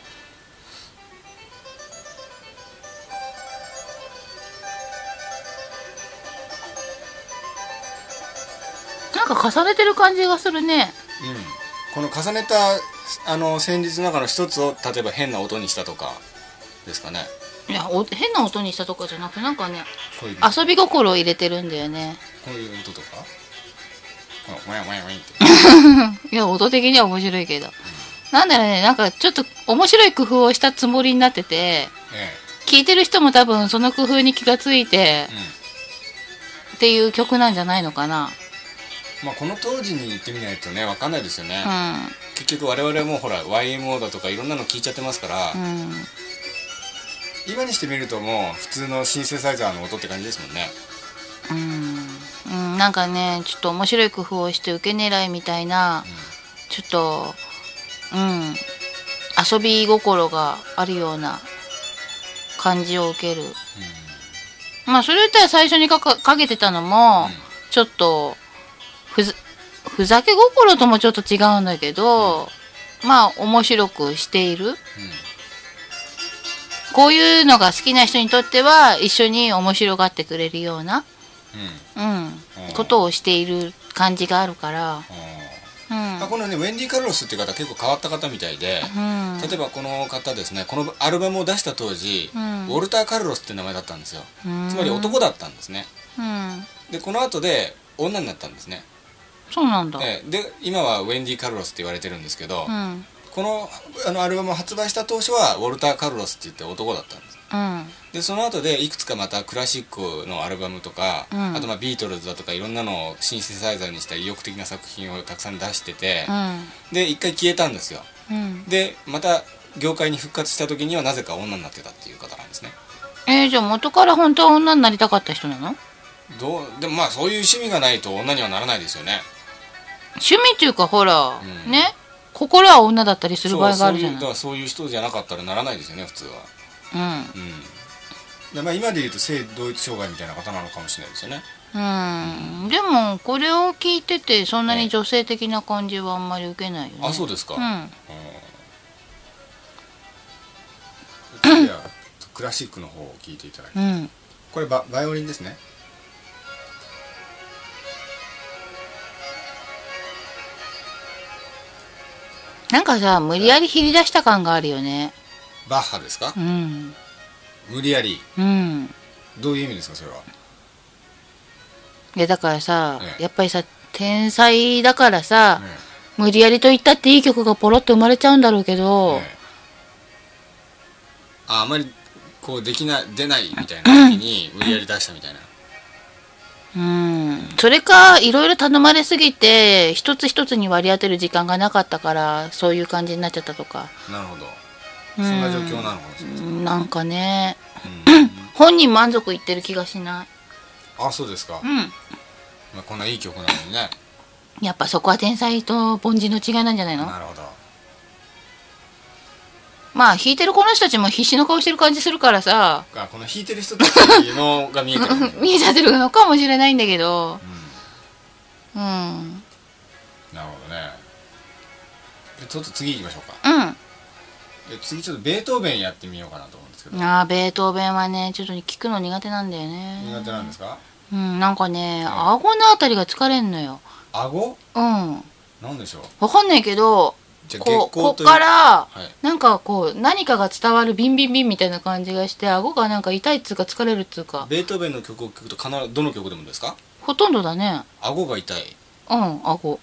S1: なんか重ねてる感じがするね。
S2: うんこの重ねたあの旋律の中の一つを例えば変な音にしたとかですかね
S1: いや、お変な音にしたとかじゃなくて、なんかね、
S2: こういう
S1: 遊び心を入れてるんだよね。
S2: こういう音とかこの「ワンワンワン」って
S1: いや、音的には面白いけど。なんだろうね、なんかちょっと面白い工夫をしたつもりになってて、
S2: え
S1: 聞いてる人も多分その工夫に気がついて
S2: え、う
S1: っていう曲なんじゃないのかな。
S2: んまあこの当時に行ってみないとねわかんないですよね、
S1: う
S2: 結局我々もほら YMO だとかいろんなの聞いちゃってますから、
S1: ん、うん、
S2: 今にしてみるともう普通のシンセサイザーの音って感じですもんね
S1: うん、うん、なんかね、ちょっと面白い工夫をして受け狙いみたいな、ちょっと、うん、遊び心があるような感じを受ける。
S2: うん、
S1: まあ、それ言ったら最初にかかかけてたのも、
S2: うん
S1: ちょっと、ふざ、ふざけ心ともちょっと違うんだけど、まあ、面白くしている。こういうのが好きな人にとっては、一緒に面白がってくれるような。
S2: うんうん
S1: うん
S2: うん、
S1: ことをしている感じがあるから、う
S2: あ
S1: ん
S2: ーあこのねウェンディ・カロロスって方結構変わった方みたいで、
S1: うん、
S2: 例えばこの方ですねこのアルバムを出した当時、
S1: うん
S2: ウォルター・カルロスって名前だったんですよ
S1: うん
S2: つまり男だったんですね
S1: うん、
S2: でこの後で女になったんですね
S1: そうなんだ、
S2: ええで今はウェンディ・カルロスって言われてるんですけど、
S1: うん
S2: このあのアルバムを発売した当初はウォルター・カルロスって言って男だったんです
S1: うん
S2: でその後でいくつかまたクラシックのアルバムとか、
S1: うん
S2: あとまあビートルズだとかいろんなのをシンセサイザーにした意欲的な作品をたくさん出してて、
S1: うん
S2: で一回消えたんですよ
S1: うん
S2: でまた業界に復活した時にはなぜか女になってたっていう方なんですね
S1: えー、じゃあ元から本当は女になりたかった人なの
S2: どうでもまあそういう趣味がないと女にはならないですよね
S1: 趣味っていうかほら、
S2: うん
S1: ね心は女だったりする場合があるじ
S2: そうそういうだ
S1: ゃない
S2: からそういう人じゃなかったらならないですよね普通は
S1: うん
S2: うんでまあ今で言うと性同一障害みたいな方なのかもしれないですよね
S1: うん、でもこれを聞いててそんなに女性的な感じはあんまり受けないよね。
S2: あそうですか、
S1: う
S2: うん
S1: ん、
S2: 次はクラシックの方を聞いていただき
S1: うん、
S2: これババイオリンですね
S1: なんかさ無理やり切り出した感があるよね。
S2: バッハですか
S1: う、ん、
S2: 無理やり
S1: うん。
S2: どういう意味ですかそれはい
S1: やだからさ、
S2: ええ
S1: やっぱりさ天才だからさ、
S2: ね
S1: 無理やりと言ったっていい曲がポロッと生まれちゃうんだろうけど、
S2: ねああまりこうできない出ないみたいな時に無理やり出したみたいな
S1: うん、それかいろいろ頼まれすぎて一つ一つに割り当てる時間がなかったからそういう感じになっちゃったとか。
S2: なるほど
S1: う
S2: そんな状況なのかもしれない、
S1: うんなんかね
S2: うん
S1: 本人満足いってる気がしない。
S2: あそうですか
S1: う、ん
S2: まあ、こんないい曲なのにね
S1: やっぱそこは天才と凡人の違いなんじゃないの
S2: なるほど
S1: まあ弾いてるこの人たちも必死の顔してる感じするからさ
S2: あこの弾いてる人たちっていうのが見えてるんだよね
S1: 見えちゃってるのかもしれないんだけど
S2: う
S1: うんうん
S2: んなるほどねでちょっと次行きましょうかで次ちょっとベートーベンやってみようかなと思うんですけど苦
S1: ああベートーベンはねちょっと聞くの苦手なんだよね
S2: 手なんですか
S1: うんなんかね
S2: うん
S1: 顎のあたりが疲れんのよ
S2: 顎
S1: うん
S2: なんでしょう
S1: わかんないけど
S2: じゃあ
S1: こう
S2: 月光
S1: こっ
S2: という
S1: から
S2: はい
S1: なんかこう何かが伝わるビンビンビンみたいな感じがして顎がなんか痛いっつうか疲れるっつうか
S2: ベートーベンの曲を聴くと必ずどの曲でもですか
S1: ほとんどだね
S2: 顎が痛い
S1: うん顎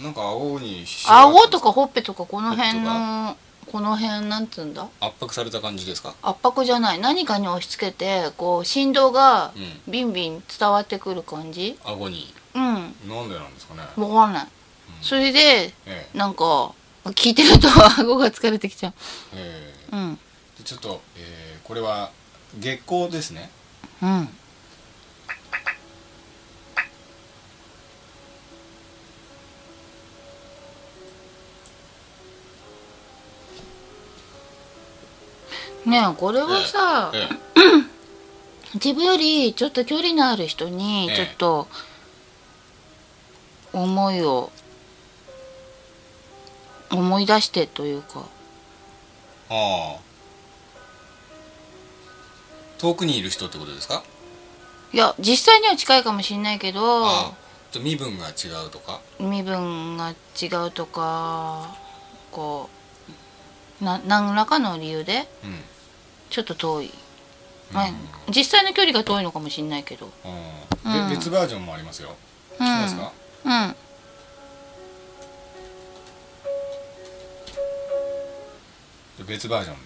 S2: なんか顎に支障があ
S1: 顎
S2: る
S1: とかほっぺとかこの辺のこの辺なんつうんだ
S2: 圧迫された感じですか
S1: 圧迫じゃない何かに押し付けてこう振動が
S2: う
S1: ビンビン伝わってくる感じ
S2: 顎に
S1: うん
S2: なんでなんですかね、
S1: 分かんないそれで
S2: ええ
S1: なんか聞いてると顎が疲れてきちゃ
S2: ええ
S1: ううん
S2: でちょっと、えーこれは月光ですね
S1: うんねえこれはさ、
S2: ええ
S1: 自分よりちょっと距離のある人に
S2: ええ
S1: ちょっと思いを思い出してというか
S2: ああ遠くにいる人ってことですか
S1: いや実際には近いかもしれないけど
S2: ああちょっと身分が違うとか
S1: 身分が違うとかこうな何らかの理由で
S2: うん
S1: ちょっと遠い、まあ
S2: うん
S1: 実際の距離が遠いのかもしれないけど
S2: うん
S1: うん
S2: で別バージョンもありますよ
S1: う
S2: 聞きますか、
S1: んうん
S2: で別バージョン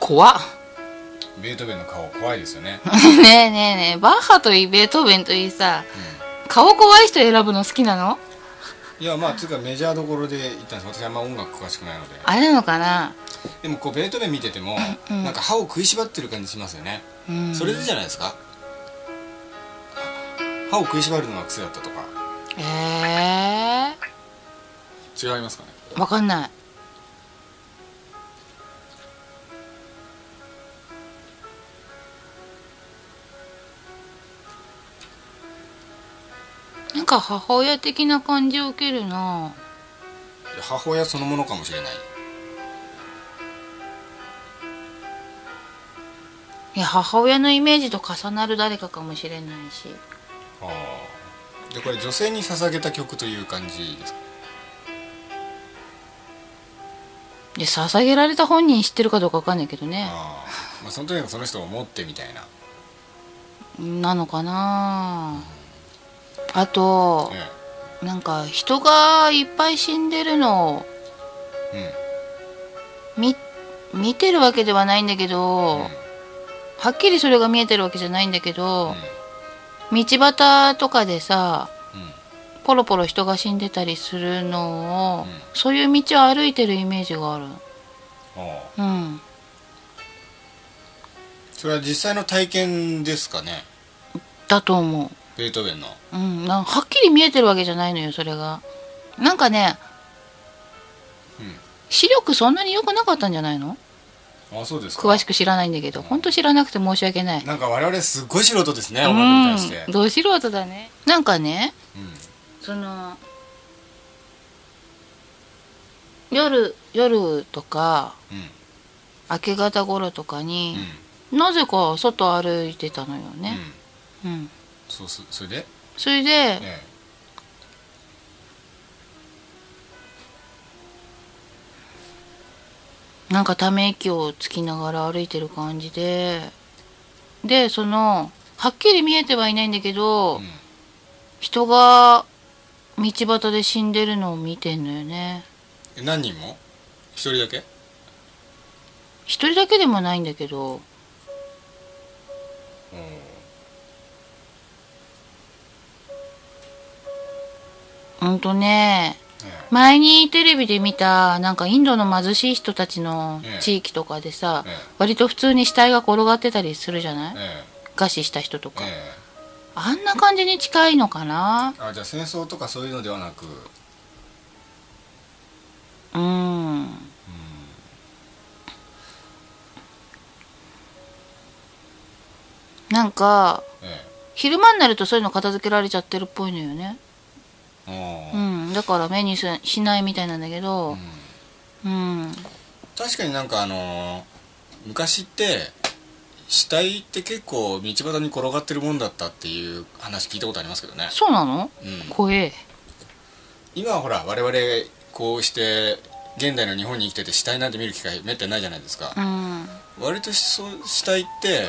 S1: 怖っ
S2: ベートーベンの顔怖いですよね、
S1: ねえねえねえバッハといいベートーベンといいさ顔怖い人選ぶの好きなの
S2: うんいやまあつうかメジャーどころで言ったんです私あんま音楽詳しくないので
S1: あれなのかな、
S2: でもこうベートーベン見てても、
S1: うん
S2: なんか歯を食いしばってる感じしますよね、
S1: うん、
S2: それでじゃないですか歯を食いしばるのが癖だったとか
S1: え
S2: 違いますかね
S1: ー、わかんないなんか母親的な感じを受けるな
S2: 母親そのものかもしれない
S1: いや母親のイメージと重なる誰かかもしれないし
S2: でこれ女性に捧げた曲という感じですか
S1: いや捧げられた本人知ってるかどうかわかんないけどね
S2: あー、まあ、その時にその人を思ってみたいな、
S1: なのかなあと
S2: え
S1: なんか人がいっぱい死んでるのを
S2: え
S1: み見てるわけではないんだけど、
S2: うんうん
S1: はっきりそれが見えてるわけじゃないんだけ
S2: う
S1: ど
S2: ん、
S1: 道端とかでさ
S2: うん
S1: ポロポロ人が死んでたりするのを、
S2: うん
S1: そういう道を歩いてるイメージがある
S2: ああ
S1: うん
S2: それは実際の体験ですかね
S1: だと思
S2: ベートーベンの
S1: う、うん、なんはっきり見えてるわけじゃないのよそれがなんかね、
S2: うん
S1: 視力そんなに良くなかったんじゃないの
S2: あそうですか
S1: 詳しく知らないんだけど本当知らなくて申し訳ない
S2: なんか我々すごい素人ですね
S1: う
S2: 音楽に対して
S1: んど素人だねなんかね
S2: うん
S1: その夜夜とか
S2: うん
S1: 明け方頃とかに
S2: うん、
S1: なぜか外歩いてたのよ
S2: う
S1: ね、
S2: ん
S1: うん
S2: そうすそれで
S1: それで
S2: え
S1: なんかため息をつきながら歩いてる感じででそのはっきり見えてはいないんだけ
S2: え
S1: ど、
S2: うん
S1: 人が道端で死んでるのを見てんのよね
S2: え何人も一人だけ
S1: 一人だけでもないんだけど
S2: うん
S1: ほんとね
S2: え
S1: 前にテレビで見たなんかインドの貧しい人たちの地域とかでさ、
S2: ええ
S1: 割と普通に死体が転がってたりするじゃない、
S2: え
S1: 餓死した人と
S2: え
S1: か、
S2: え
S1: あんな感じに近いのかな
S2: えあじゃあ戦争とかそういうのではなく
S1: うんなんか
S2: え
S1: 昼間になるとそういうの片付けられちゃってるっぽいのよね、
S2: えうん
S1: うん、だから目にすしないみたいなんだけ
S2: う
S1: ど
S2: ん
S1: うん
S2: 確かになんかあのー昔って死体って結構道端に転がってるもんだったっていう話聞いたことありますけどね、
S1: そうなの
S2: うん、
S1: 怖え
S2: 今はほら我々こうして現代の日本に生きてて死体なんて見る機会めったにないじゃないですか
S1: うん
S2: 割とそう死体って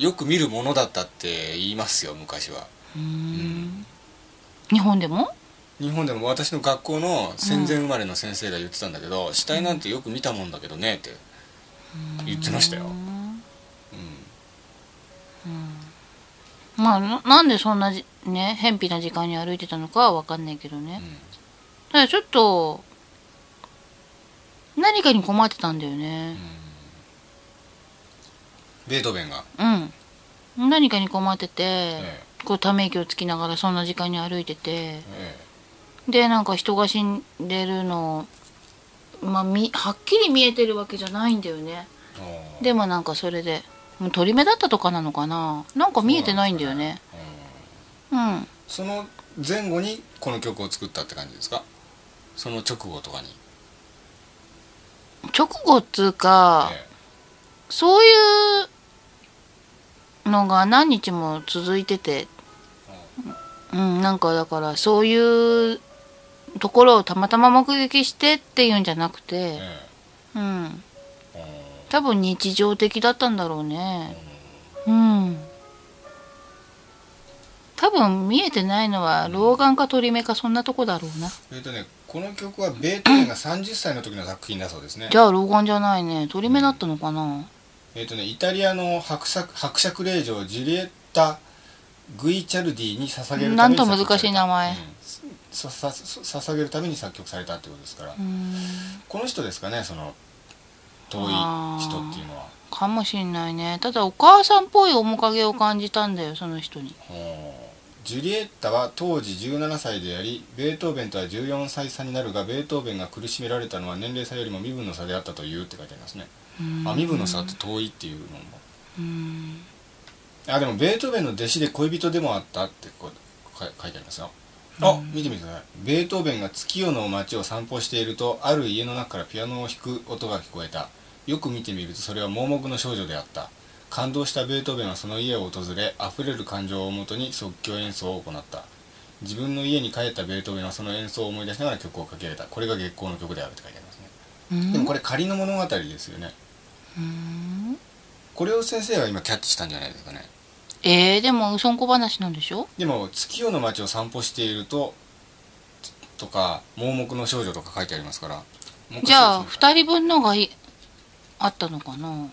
S2: よく見るものだったって言いますよ昔は
S1: うん日本でも
S2: 日本でも私の学校の戦前生まれの先生が言ってたんだけど、死体なんてよく見たもんだけどねって言ってましたよ、
S1: うん
S2: う
S1: まあななんでそんなじね偏僻な時間に歩いてたのかは分かんないけどね
S2: んうん
S1: ただちょっと何かに困ってたんだよね
S2: ベートーベンが、
S1: うん、何かに困ってて、
S2: え
S1: こうため息をつきながらそんな時間に歩いてて
S2: ええ
S1: でなんか人が死んでるのをまあみはっきり見えてるわけじゃないんだよね
S2: えああ
S1: でもなんかそれでもう鳥目だったとかなのかななんか見えてないんだよね
S2: うん
S1: うん
S2: その前後にこの曲を作ったって感じですかその直後とかに、
S1: 直後っつうか、
S2: え
S1: そういうのが何日も続いててうんなんかだからそういうところをたまたま目撃してっていうんじゃなく
S2: え
S1: て、
S2: え
S1: うん
S2: え
S1: 多分日常的だったんだろうねうん多分見えてないのは老眼か鳥目かそんなとこだろうな
S2: うんえっとねこの曲はベートーベンが30歳の時の作品だそうですね
S1: じゃあ老眼じゃないね鳥目だったのかな
S2: えっとねイタリアの伯爵伯爵令嬢ジュリエッタ・グイチャルディに捧げるために
S1: なんと難しい名前
S2: さささ捧げるために作曲されたってことですから、
S1: うん
S2: この人ですかねその遠い人っていうのは
S1: かもしんないねただお母さんっぽい面影を感じたんだよその人に
S2: ほうジュリエッタは当時17歳でありベートーベンとは14歳差になるがベートーベンが苦しめられたのは年齢差よりも身分の差であったというって書いてありますね、
S1: うん
S2: あ身分の差って遠いっていうのも
S1: うん
S2: あでもベートーベンの弟子で恋人でもあったってこうか書いてありますよあ見てみてくださいベートーベンが月夜の街を散歩しているとある家の中からピアノを弾く音が聞こえたよく見てみるとそれは盲目の少女であった感動したベートーベンはその家を訪れあふれる感情をもとに即興演奏を行った自分の家に帰ったベートーベンはその演奏を思い出しながら曲をかけられたこれが月光の曲であるって書いてありますね
S1: うん
S2: でもこれ仮の物語ですよね
S1: うん
S2: これを先生は今キャッチしたんじゃないですかね
S1: えー、でもうそんこ話なんでしょ
S2: でも月夜の街を散歩しているととか盲目の少女とか書いてありますからもう一回
S1: じゃあ
S2: そうですね
S1: 2人分のがいあったのかな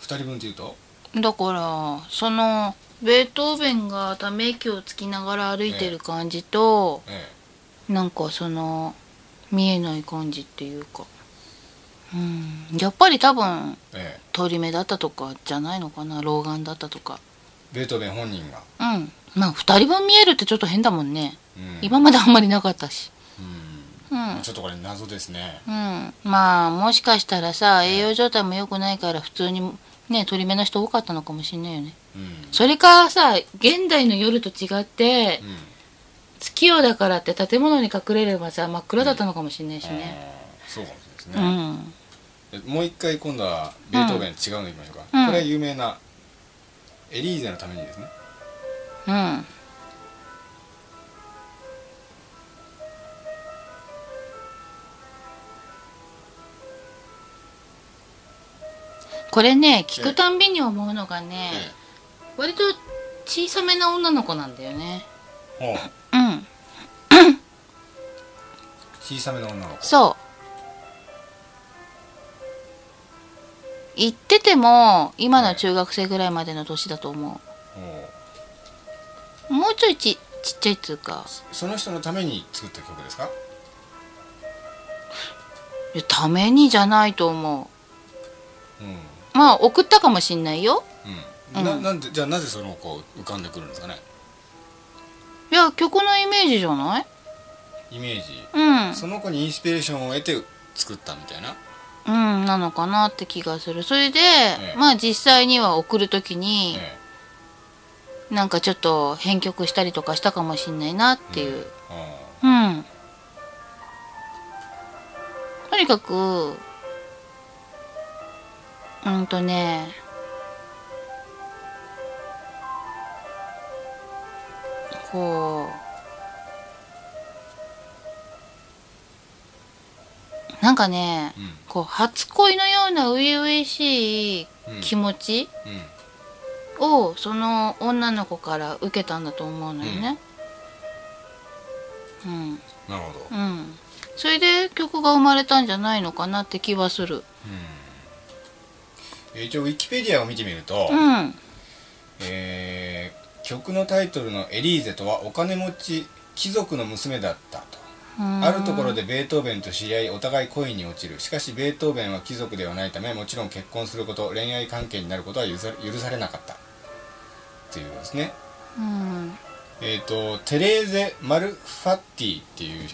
S2: 二人分っていうと
S1: だからそのベートーベンがため息をつきながら歩いてる感じと、
S2: え
S1: なんかその見えない感じっていうか、うん、やっぱり多分
S2: ええ
S1: 通り目だったとかじゃないのかな老眼だったとか
S2: ベートーベン本人が、
S1: うんまあ2人分見えるってちょっと変だもんね、
S2: うん
S1: 今まであんまりなかったし
S2: うん
S1: うん、うん
S2: ちょっとこれ謎ですね
S1: まあもしかしたらさ栄養状態も良くないから普通にね鶏目の人多かったのかもしんないよね
S2: うん、うん
S1: それかさ現代の夜と違って月夜だからって建物に隠れればさ真っ暗だったのかもしんないしね
S2: あーそうかもしれ
S1: う
S2: ない
S1: ん、
S2: ですね、もう一回今度はベートーベン違うのいきましょうか、
S1: うん
S2: これは有名なエリーゼのためにですね
S1: うんこれね聞くたんびに思うのがね、割と小さめな女の子なんだよね
S2: ほう
S1: うん
S2: 小さめの女の子
S1: そう言ってても今の中学生ぐらいまでの年だと思
S2: ほう
S1: うもうちょいちちっちゃいっつうか
S2: その人のために作った曲ですか
S1: いやためにじゃないと思う
S2: う
S1: まあ送ったかもしんないよ
S2: ん、うん、な
S1: うん
S2: なんでじゃあなぜその子浮かんでくるんですかね
S1: いや曲のイメージじゃない
S2: イメージ
S1: うん
S2: その子にインスピレーションを得て作ったみたいな
S1: うんなのかなって気がするそれで、
S2: え
S1: まあ実際には送る時に、
S2: え
S1: なんかちょっと編曲したりとかしたかもしんないなっ
S2: え
S1: ていう
S2: あ
S1: うん、とにかくうんとねこうなんかね
S2: あ
S1: こう初恋のような初々しい
S2: うんうん
S1: 気持ち
S2: うん
S1: をその女の子から受けたんだと思うのよね。うん、
S2: なるほど、
S1: うん、それで曲が生まれたんじゃないのかなって気はする。
S2: うん、一応ウィキペディアを見てみると、
S1: うん、
S2: えー曲のタイトルの「エリーゼ」とはお金持ち貴族の娘だったとあ
S1: あ
S2: るところでベートーベンと知り合いお互い恋に落ちるしかしベートーベンは貴族ではないためもちろん結婚すること恋愛関係になることは許さ許されなかったっていうことですね
S1: うん、
S2: えっ、とテレーゼ・マルファッティっていう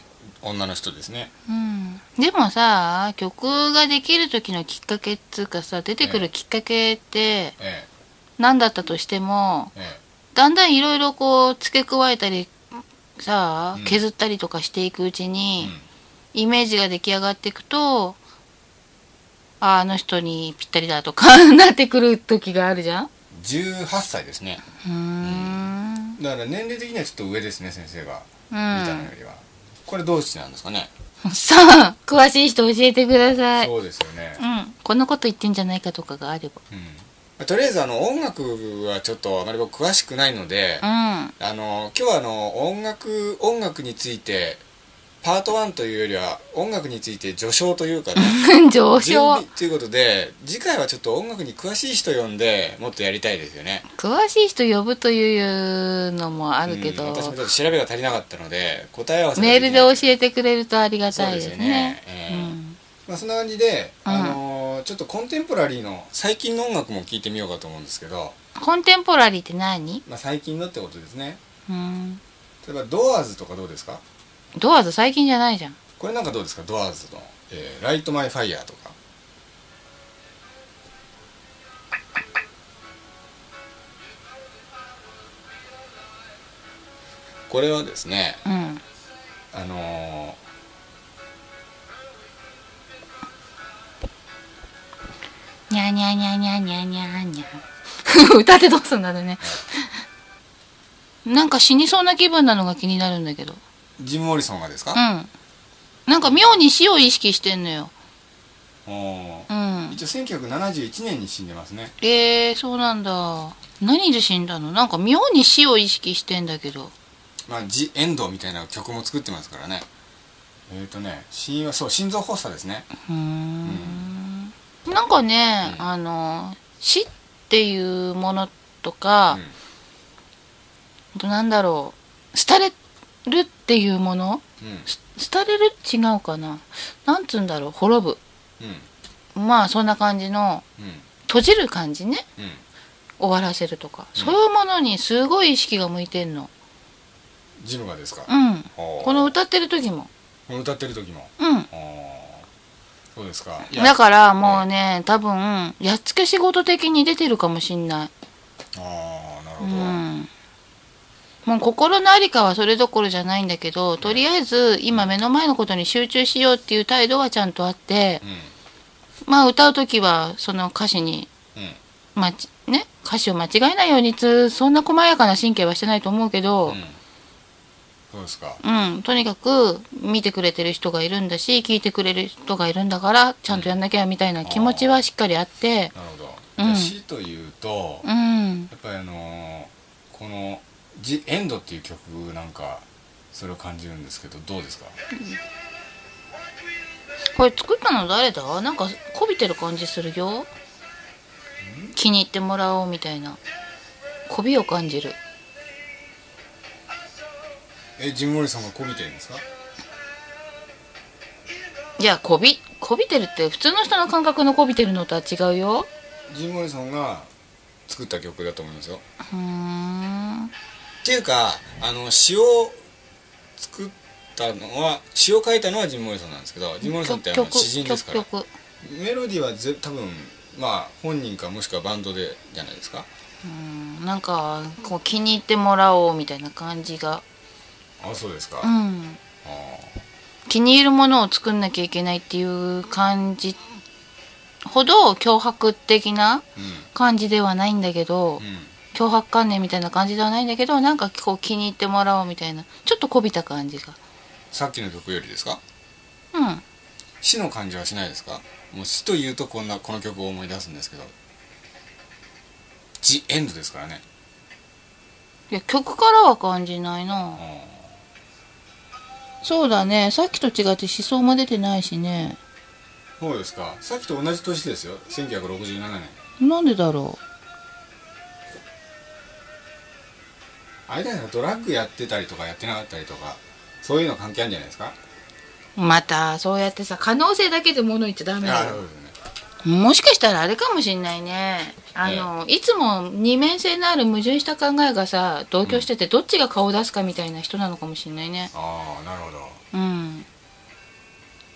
S2: 女の人ですね
S1: うん、でもさ曲ができる時のきっかけっつうかさ出てくるきっかけって
S2: え
S1: 何だったとしても
S2: ええ
S1: だんだんいろいろこう付け加えたりさ
S2: うん
S1: 削ったりとかしていくうち
S2: え
S1: に、イメージが出来上がっていくとああの人にぴったりだとか なってくる時があるじゃん。
S2: うん、18歳ですね
S1: うーん
S2: だから年齢的にはちょっと上ですね先生が
S1: う
S2: 見たの
S1: ん
S2: よ、りは、これどうしてなんですかね、
S1: さあ詳しい人教えてください。
S2: そうですよね
S1: う、ん、こんなこと言ってんじゃないかとかがあれば。
S2: うんとりあえずあの音楽はちょっとあまり僕詳しくないので、
S1: うん
S2: あの今日はあの音楽音楽についてパート1というよりは音楽について序章というかね
S1: 上
S2: 準
S1: 昇
S2: 備ということで次回はちょっと音楽に詳しい人呼んでもっとやりたいですよね
S1: 詳しい人呼ぶというのもあるけ
S2: うん
S1: ど、
S2: 私もちょっと調べが足りなかったので答え合わせが
S1: メールで教
S2: き
S1: えてくれるとありが
S2: ない
S1: たいです
S2: そうですよ
S1: ね
S2: ね、。えーまあ、そんな感じで、
S1: うん
S2: あのーちょっとコンテンポラリーの最近の音楽も聴いてみようかと思うんですけど、
S1: うんコンテンポラリーって何、
S2: まあ、最近のってことですね
S1: うん、
S2: 例えばドアーズとかどうですか
S1: ドアーズ最近じゃないじゃん。
S2: これなんかどうですかドアーズの「えーライト・マイ・ファイヤー」とかこれはですね
S1: うん
S2: あの
S1: にゃにゃにゃにゃにゃにゃにゃ 歌ってどうすんだろうねなんか死にそうな気分なのが気になるんだけど
S2: ージム・モリソンがです
S1: うん
S2: か、
S1: なんか妙に死を意識してんのよ
S2: おー
S1: うん
S2: 一応1971年に死んでますね
S1: えー、そうなんだ何で死んだのなんか妙に死を意識してんだけど
S2: まあ、ジ・エンドみたいな曲も作ってますからねえっ、とね死因はそう心臓発作ですね
S1: うーんなんかね、
S2: うん
S1: あの死っていうものとか、あとなんだろう廃れるっていうもの
S2: うんうん
S1: す廃れる違うかななんつうんだろう滅ぶ
S2: うん
S1: まあそんな感じの
S2: うん
S1: 閉じる感じね
S2: うん
S1: 終わらせるとか、そういうものにすごい意識が向いてんの
S2: ジムがですか、
S1: うん
S2: おー
S1: この歌ってる時も
S2: この歌ってる時も
S1: う
S2: お
S1: ん
S2: ーそうですかいや
S1: だからもうね、多分やっつけ仕事的に出てるかもしんない
S2: ああなる
S1: う
S2: ほど、
S1: んもう心の在りかはそれどころじゃないんだけどとりあえず今目の前のことに集中しようっていう態度はちゃんとあって
S2: う
S1: まあ歌う時はその歌詞に、
S2: んうん
S1: まちね、歌詞を間違えないようにつそんな細やかな神経はしてないと思うけど、
S2: うんそうですか
S1: うん、とにかく見てくれてる人がいるんだし聞いてくれる人がいるんだからちゃんとやんなきゃみたいな気持ちはしっかりあっ
S2: な
S1: て
S2: るほど、
S1: うん
S2: じゃあ死というと、
S1: う
S2: や
S1: ん
S2: っぱりあのーこの「ジエンド」っていう曲なんかそれを感じるんですけどどうですか
S1: これ作ったの誰だなんかこびてる感じするよ気に入ってもらおうみたいなこびを感じる
S2: えジム・モリさんがこびてるんですか
S1: いやこびこびてるって普通の人の感覚のこびてるのとは違うよ
S2: ジム・モリさんが作った曲だと思いますよ
S1: うーん
S2: っていうかあの詩を作ったのは詩を書いたのはジム・モリさんなんですけどジム・モリさんってあの詩人ですから
S1: 曲
S2: メロディーはぜ多分まあ本人かもしくはバンドでじゃないですか
S1: うんなんかこう気に入ってもらおうみたいな感じが
S2: あそうですか、
S1: う
S2: あ
S1: ん
S2: あ
S1: 気に入るものを作んなきゃいけないっていう感じほど脅迫的な
S2: うん
S1: 感じではないんだけど、
S2: うん
S1: 脅迫観念みたいな感じではないんだけどなんかこう気に入ってもらおうみたいなちょっとこびた感じが
S2: さっきの曲よりですか
S1: うん
S2: 死の感じはしないですかもう死というとこんなこの曲を思い出すんですけど「ジ・エンド」ですからね
S1: いや曲からは感じないな
S2: あ
S1: そうだねさっきと違って思想も出てないしね
S2: あそうですかさっきと同じ年ですよ1967年
S1: なんでだろ
S2: あれだよねドラッグやってたりとかやってなかったりとかそういうの関係あるんじゃないですか
S1: うまたそうやってさ可能性だけで物言っちゃダメ
S2: ああ
S1: だ
S2: なるほ
S1: よ
S2: どね
S1: もしかしたらあれかもしんないねあの、いつも二面性のある矛盾した考えがさ同居しててどっちが顔を出すかみたいな人なのかもしんないね
S2: ああなるほど
S1: うん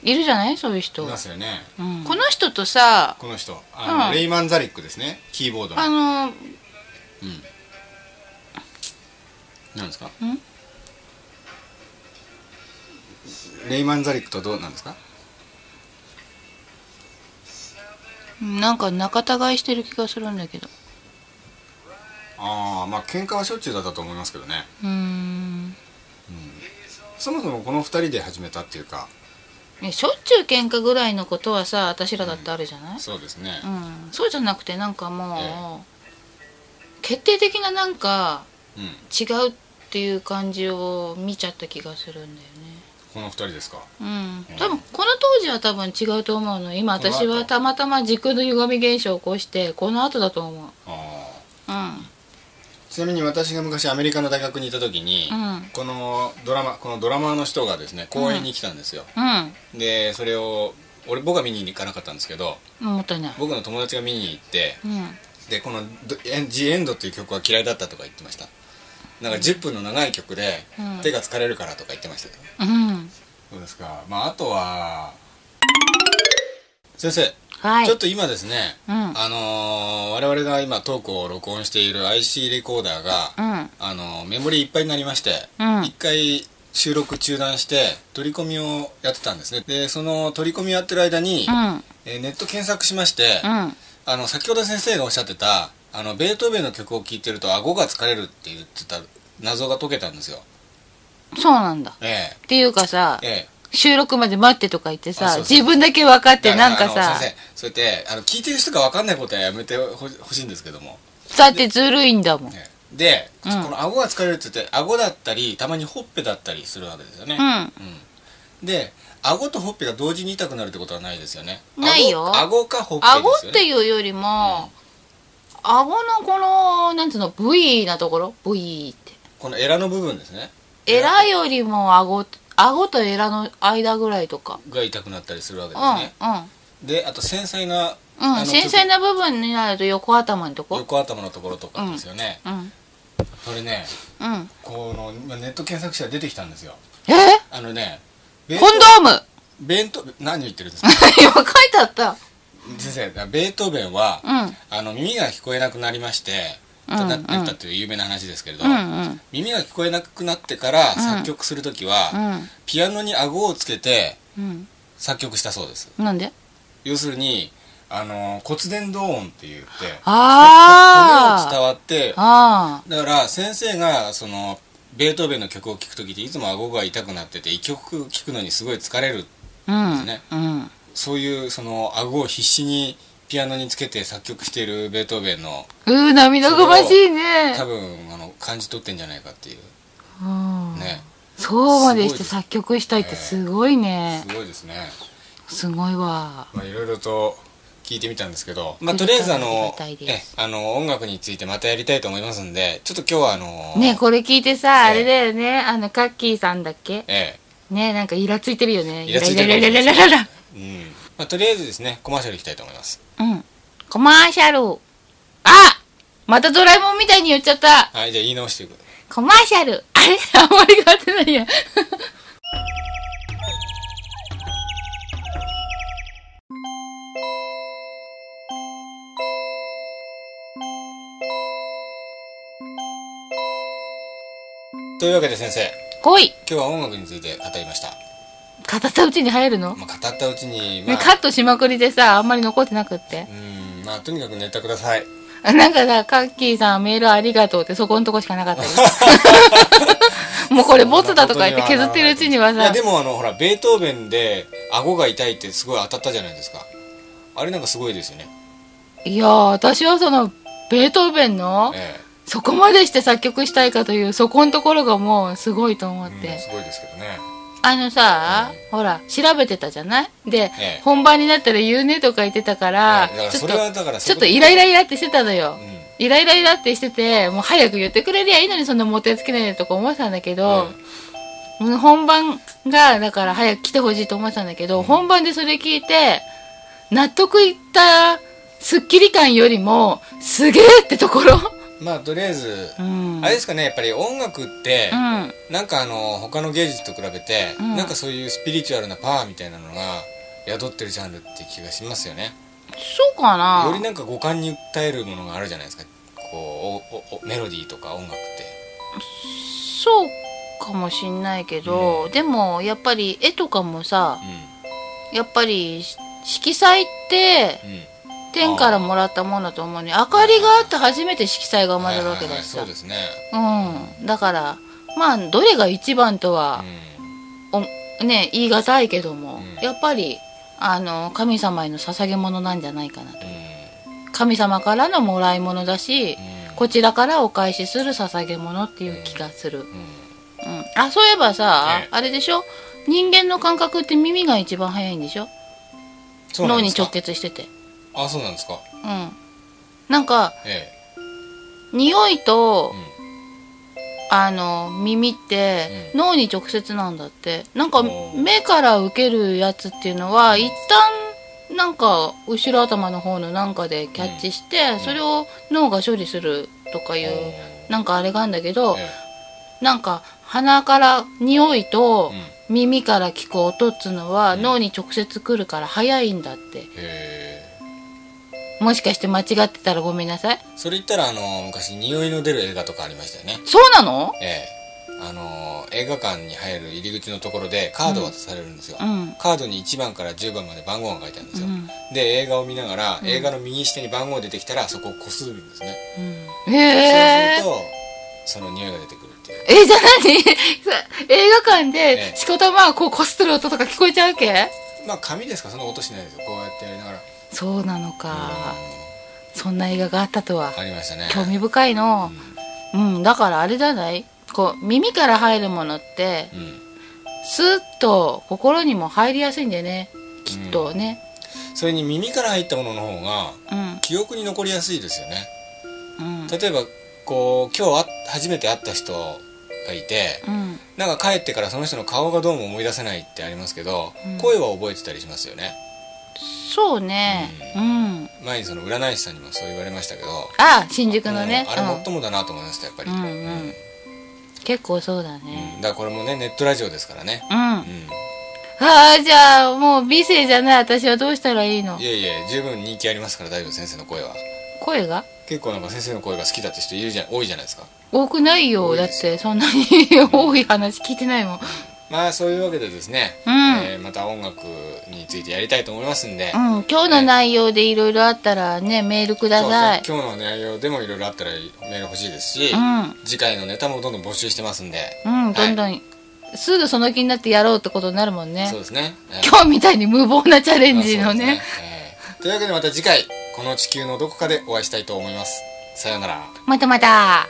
S1: いるじゃないそういう人、
S2: いますよね
S1: うんこの人とさ
S2: この人あの、
S1: うん
S2: レイマン・ザリックですねキーボードの
S1: あの
S2: うんなんですか
S1: ん
S2: レイマン・ザリックとどうなんですか
S1: なんか仲違いしてる気がするんだけど
S2: ああまあ喧嘩はしょっちゅうだったと思いますけどね
S1: うーん
S2: そもそもこの2人で始めたっていうか
S1: ねしょっちゅう喧嘩ぐらいのことはさ私らだってあるじゃない、
S2: そうですね
S1: うんそうじゃなくてなんかもう決定的ななんか
S2: うん、
S1: 違うっていう感じを見ちゃった気がするんだよね
S2: この2人ですか
S1: うん
S2: うん、
S1: 多分この当時は多分違うと思うの今私
S2: この
S1: は
S2: 後
S1: たまたま時空の歪み現象を起こしてこの後だと思う
S2: ああ
S1: うん
S2: ちなみに私が昔アメリカの大学にいた時に、
S1: うん
S2: このドラマこのドラマーの人がですね公演に来たんですよ、
S1: うん
S2: でそれを俺僕は見に行かなかったんですけど
S1: うんもったいない
S2: 僕の友達が見に行って
S1: うん
S2: でこのド「エンジ・エンド」っていう曲は嫌いだったとか言ってましたなんか10分の長い曲で
S1: うん
S2: 手が疲れるからとか言ってましたけど
S1: うん
S2: そうですかまああとは先生、
S1: はい
S2: ちょっと今ですね、
S1: うん
S2: あのー我々が今トークを録音している IC レコーダーが、
S1: うん
S2: あのーメモリいっぱいになりまして、
S1: うん
S2: 一回収録中断して取り込みをやってたんですねでその取り込みやってる間に、
S1: うん
S2: えーネット検索しまして、
S1: うん
S2: あの先ほど先生がおっしゃってたあのベートーベンの曲を聴いてると顎が疲れるって言ってた謎が解けたんですよ
S1: そうなんだ
S2: え
S1: っていうかさ
S2: えええ
S1: 収録まで待ってとか言って
S2: あ
S1: さ
S2: そうそう
S1: 自分だけ分かって
S2: だら
S1: なんか
S2: あ
S1: さ
S2: の先生そうやってあの聞いてる人が分かんないことはやめてほほしいんですけども、
S1: だってずるいんだもん、
S2: ええで、
S1: うん
S2: この顎が疲れるって言って顎だったりたまにほっぺだったりするわけですよね、
S1: う
S2: うんで顎とほっぺが同時に痛くなるってことはないですよね
S1: ないよ
S2: 顎顎かほっぺですよ、ね
S1: 顎、っていうよりも、顎のこのなんつうの V なところ V って
S2: このエラの部分ですね
S1: エラよりも顎顎とエラの間ぐらいとか
S2: が痛くなったりするわけ
S1: う
S2: です
S1: ん
S2: ね、
S1: う
S2: であと繊細な、
S1: うん、繊細
S2: な
S1: な部分になると横頭のとこ
S2: 横頭のところとかですよね、
S1: うん
S2: それね
S1: うん
S2: この今ネット検索したら出てきたんですよ
S1: え
S2: あのね
S1: ー
S2: ベー
S1: コンドーム
S2: 弁当何を言ってるんですか
S1: 今書いてあった
S2: 先生ベートーベンは、
S1: うん
S2: あの耳が聞こえなくなりまして、
S1: うんうん
S2: なってったという有名な話ですけれど、
S1: うんうん
S2: 耳が聞こえなくなってから作曲する時は、
S1: うん
S2: ピアノに顎をつけて
S1: うん
S2: 作曲したそうです
S1: なんで
S2: 要するにあの骨伝導音って言って骨を
S1: あ
S2: 伝わって
S1: ああ
S2: だから先生がそのベートーベンの曲を聴く時っていつも顎が痛くなってて一曲聴くのにすごい疲れる
S1: あうん
S2: ですね
S1: うん
S2: そういうその顎を必死にピアノにつけて作曲しているベートーベンの
S1: うー涙ぐましいね
S2: 多分あの感じ取ってんじゃないかっていう
S1: うん
S2: ね
S1: そうまでし
S2: すごい
S1: て
S2: です
S1: 作曲したいってすごいね
S2: すごいですね
S1: すごいわ
S2: まあいろいろと聞いてみたんですけど、まあ、とりあえずあ
S1: あり
S2: の
S1: がたいです
S2: えあの音楽についてまたやりたいと思いますんでちょっと今日はあの
S1: ねこれ聞いてさ
S2: え
S1: あれだよねあのカッキーさんだっけ
S2: え
S1: ねなんかイラついてるよね
S2: イラついてるかも
S1: イ
S2: しれな
S1: ラ
S2: い
S1: イライライライラ
S2: えうんまあ、とりあえずですねコマーシャルいきたいと思います
S1: うんコマーシャルあまたドラえもんみたいに言っちゃった
S2: はいじゃあ言い直していく
S1: コマーシャルあれあんまり変わってないや
S2: というわけで先生
S1: 来い
S2: 今日は音楽について語りました、
S1: 片手打ちに入るの、
S2: まあ、語ったうちにま
S1: ね、
S2: あ、
S1: カットしまくりでさあんまり残ってなくって
S2: うんまあとにかくネタください
S1: あなんかさカッキーさんメールありがとうってそこのとこしかなか ったよもうこれボツだとか言って削ってるうちにはい
S2: や
S1: さ
S2: でもあのほらベートーベンで顎が痛いってすごい当たったじゃないですかあれなんかすごいですよね
S1: いやー私はそのベートーベンの
S2: え
S1: そこまでして作曲したいかというそこのところがもうすごいと思
S2: え、
S1: っ
S2: うん、
S1: て、
S2: すごいですけどね
S1: あのさ、ほら調べてたじゃないで、
S2: ええ
S1: 本番になったら言うねとか言ってたから,、
S2: ええだから
S1: ちょ
S2: そ
S1: っ
S2: れは
S1: と
S2: だから
S1: ちょっとイライ
S2: ラ
S1: ライラってしてたのよ、
S2: うん
S1: イライライラってしててもう早く言ってくれりゃいいのにそんなもてつけないでとか思ってたんだけど、うん本番がだから早く来てほしいと思ってたんだけど、本番でそれ聞いて納得いったすっきり感よりもすげえってところ
S2: まあとりあえず、
S1: うん
S2: あれですかねやっぱり音楽って
S1: う、ん
S2: なんかあの他の芸術と比べて、
S1: うん
S2: なんかそういうスピリチュアルなパワーみたいなのが宿ってるジャンルって気がしますよね
S1: そうかな
S2: よりなんか五感に訴えるものがあるじゃないですかこうおおおメロディーとか音楽って
S1: そうかもしんないけど、でもやっぱり絵とかもさやっぱり色彩って
S2: うんうん
S1: 天からもらったものだと思うね明かりがあって初めて色彩が生まれるわけ
S2: はいはいは
S1: だ
S2: い
S1: し
S2: そ
S1: さ
S2: うですね
S1: うんだからまあどれが一番とは、おね言い難いけども、
S2: うん
S1: やっぱりあの神様への捧げ物なんじゃないかなと
S2: うん
S1: 神様からのもらい物だし、
S2: うん
S1: こちらからお返しする捧げ物っていう気がする、
S2: うん、うん
S1: うん、あそういえばさ、
S2: ええ
S1: あれでしょ人間の感覚って耳が一番早いんでしょ
S2: そうな
S1: 脳
S2: んで
S1: に
S2: すか
S1: 直結してて
S2: あそうなんですか
S1: うんなんか
S2: え
S1: 匂い
S2: え
S1: と、
S2: う
S1: あの耳って、
S2: う
S1: 脳に直接なんだってなんか
S2: おー
S1: 目から受けるやつっていうのは一旦なんか後ろ頭の方のなんかでキャッチして、それを脳が処理するとかい
S2: ん
S1: う、
S2: おー
S1: なんかあれがあるんだけど、
S2: え
S1: なんか鼻から匂いと、
S2: えうんへ
S1: 耳から聞く音っつうのは
S2: うん
S1: 脳に直接来るから早いんだって
S2: え
S1: もしかして間違ってたらごめんなさい
S2: それ言ったらあの昔匂いの出る映画とかありましたよね
S1: そうなの
S2: ええあのー映画館に入る入り口のところでカードを渡されるんですよ、
S1: うん
S2: カードに1番から10番まで番号が書いてあるんですよ、
S1: うん
S2: で映画を見ながら、
S1: うん
S2: 映画の右下に番号出てきたらそこをこするんですね、
S1: うんへえ
S2: そうするとその匂いが出てくるっていう
S1: えじゃあ何 さ映画館
S2: え
S1: で
S2: え
S1: しこたまこうこすってる音とか聞こえちゃうわけ
S2: まあ紙ですからそんな音しないですよこうやってやりながら
S1: そうなのかそんな映画があったとは
S2: ありましたね
S1: 興味深いのうんだからあれじゃないこう耳から入るものって
S2: うん、うん
S1: スッと心にも入りやすいんだよねきっとね
S2: それに耳から入ったものの方が
S1: うん
S2: 記憶に残りやすいですよね
S1: うん
S2: 例えばこう今日あ初めて会った人がいて
S1: うん
S2: なんか帰ってからその人の顔がどうも思い出せないってありますけど、
S1: うん
S2: 声は覚えてたりしますよね
S1: そうねうん
S2: 前にその占い師さんにもそう言われましたけど
S1: あ新宿のね
S2: うんあれもっともだなと思いましたやっぱり、
S1: うんうん
S2: うん
S1: 結構そうだ
S2: う
S1: ね
S2: んだからこれもねネットラジオですからね、
S1: うんあ
S2: う
S1: あじゃあもう美声じゃない私はどうしたらいいの
S2: ん、いやいや十分人気ありますから大丈夫先生の声は
S1: 声が
S2: 結構なんか先生の声が好きだって人いるじゃ多いじゃないですか
S1: 多くないよ
S2: 多い
S1: だっ
S2: です
S1: てそんな に多い話聞いてないもん
S2: まあそういうわけでですね、
S1: うん
S2: えーまた音楽についてやりたいと思いますんで、
S1: うん今日の内容でいろいろあったらねメールくだ
S2: そう
S1: さい
S2: 今日の内容でもいろいろあったらメール欲しいですし、
S1: う
S2: 次回のネタもどんどん募集してますんで、
S1: んう
S2: は
S1: ん
S2: い
S1: どんどんすぐその気になってやろうってことになるもんね
S2: そうですね、えー
S1: 今日みたいに無謀なチャレンジ
S2: ま
S1: のね
S2: あそうですねえーというわけでまた次回この地球のどこかでお会いしたいと思いますさようなら
S1: またまた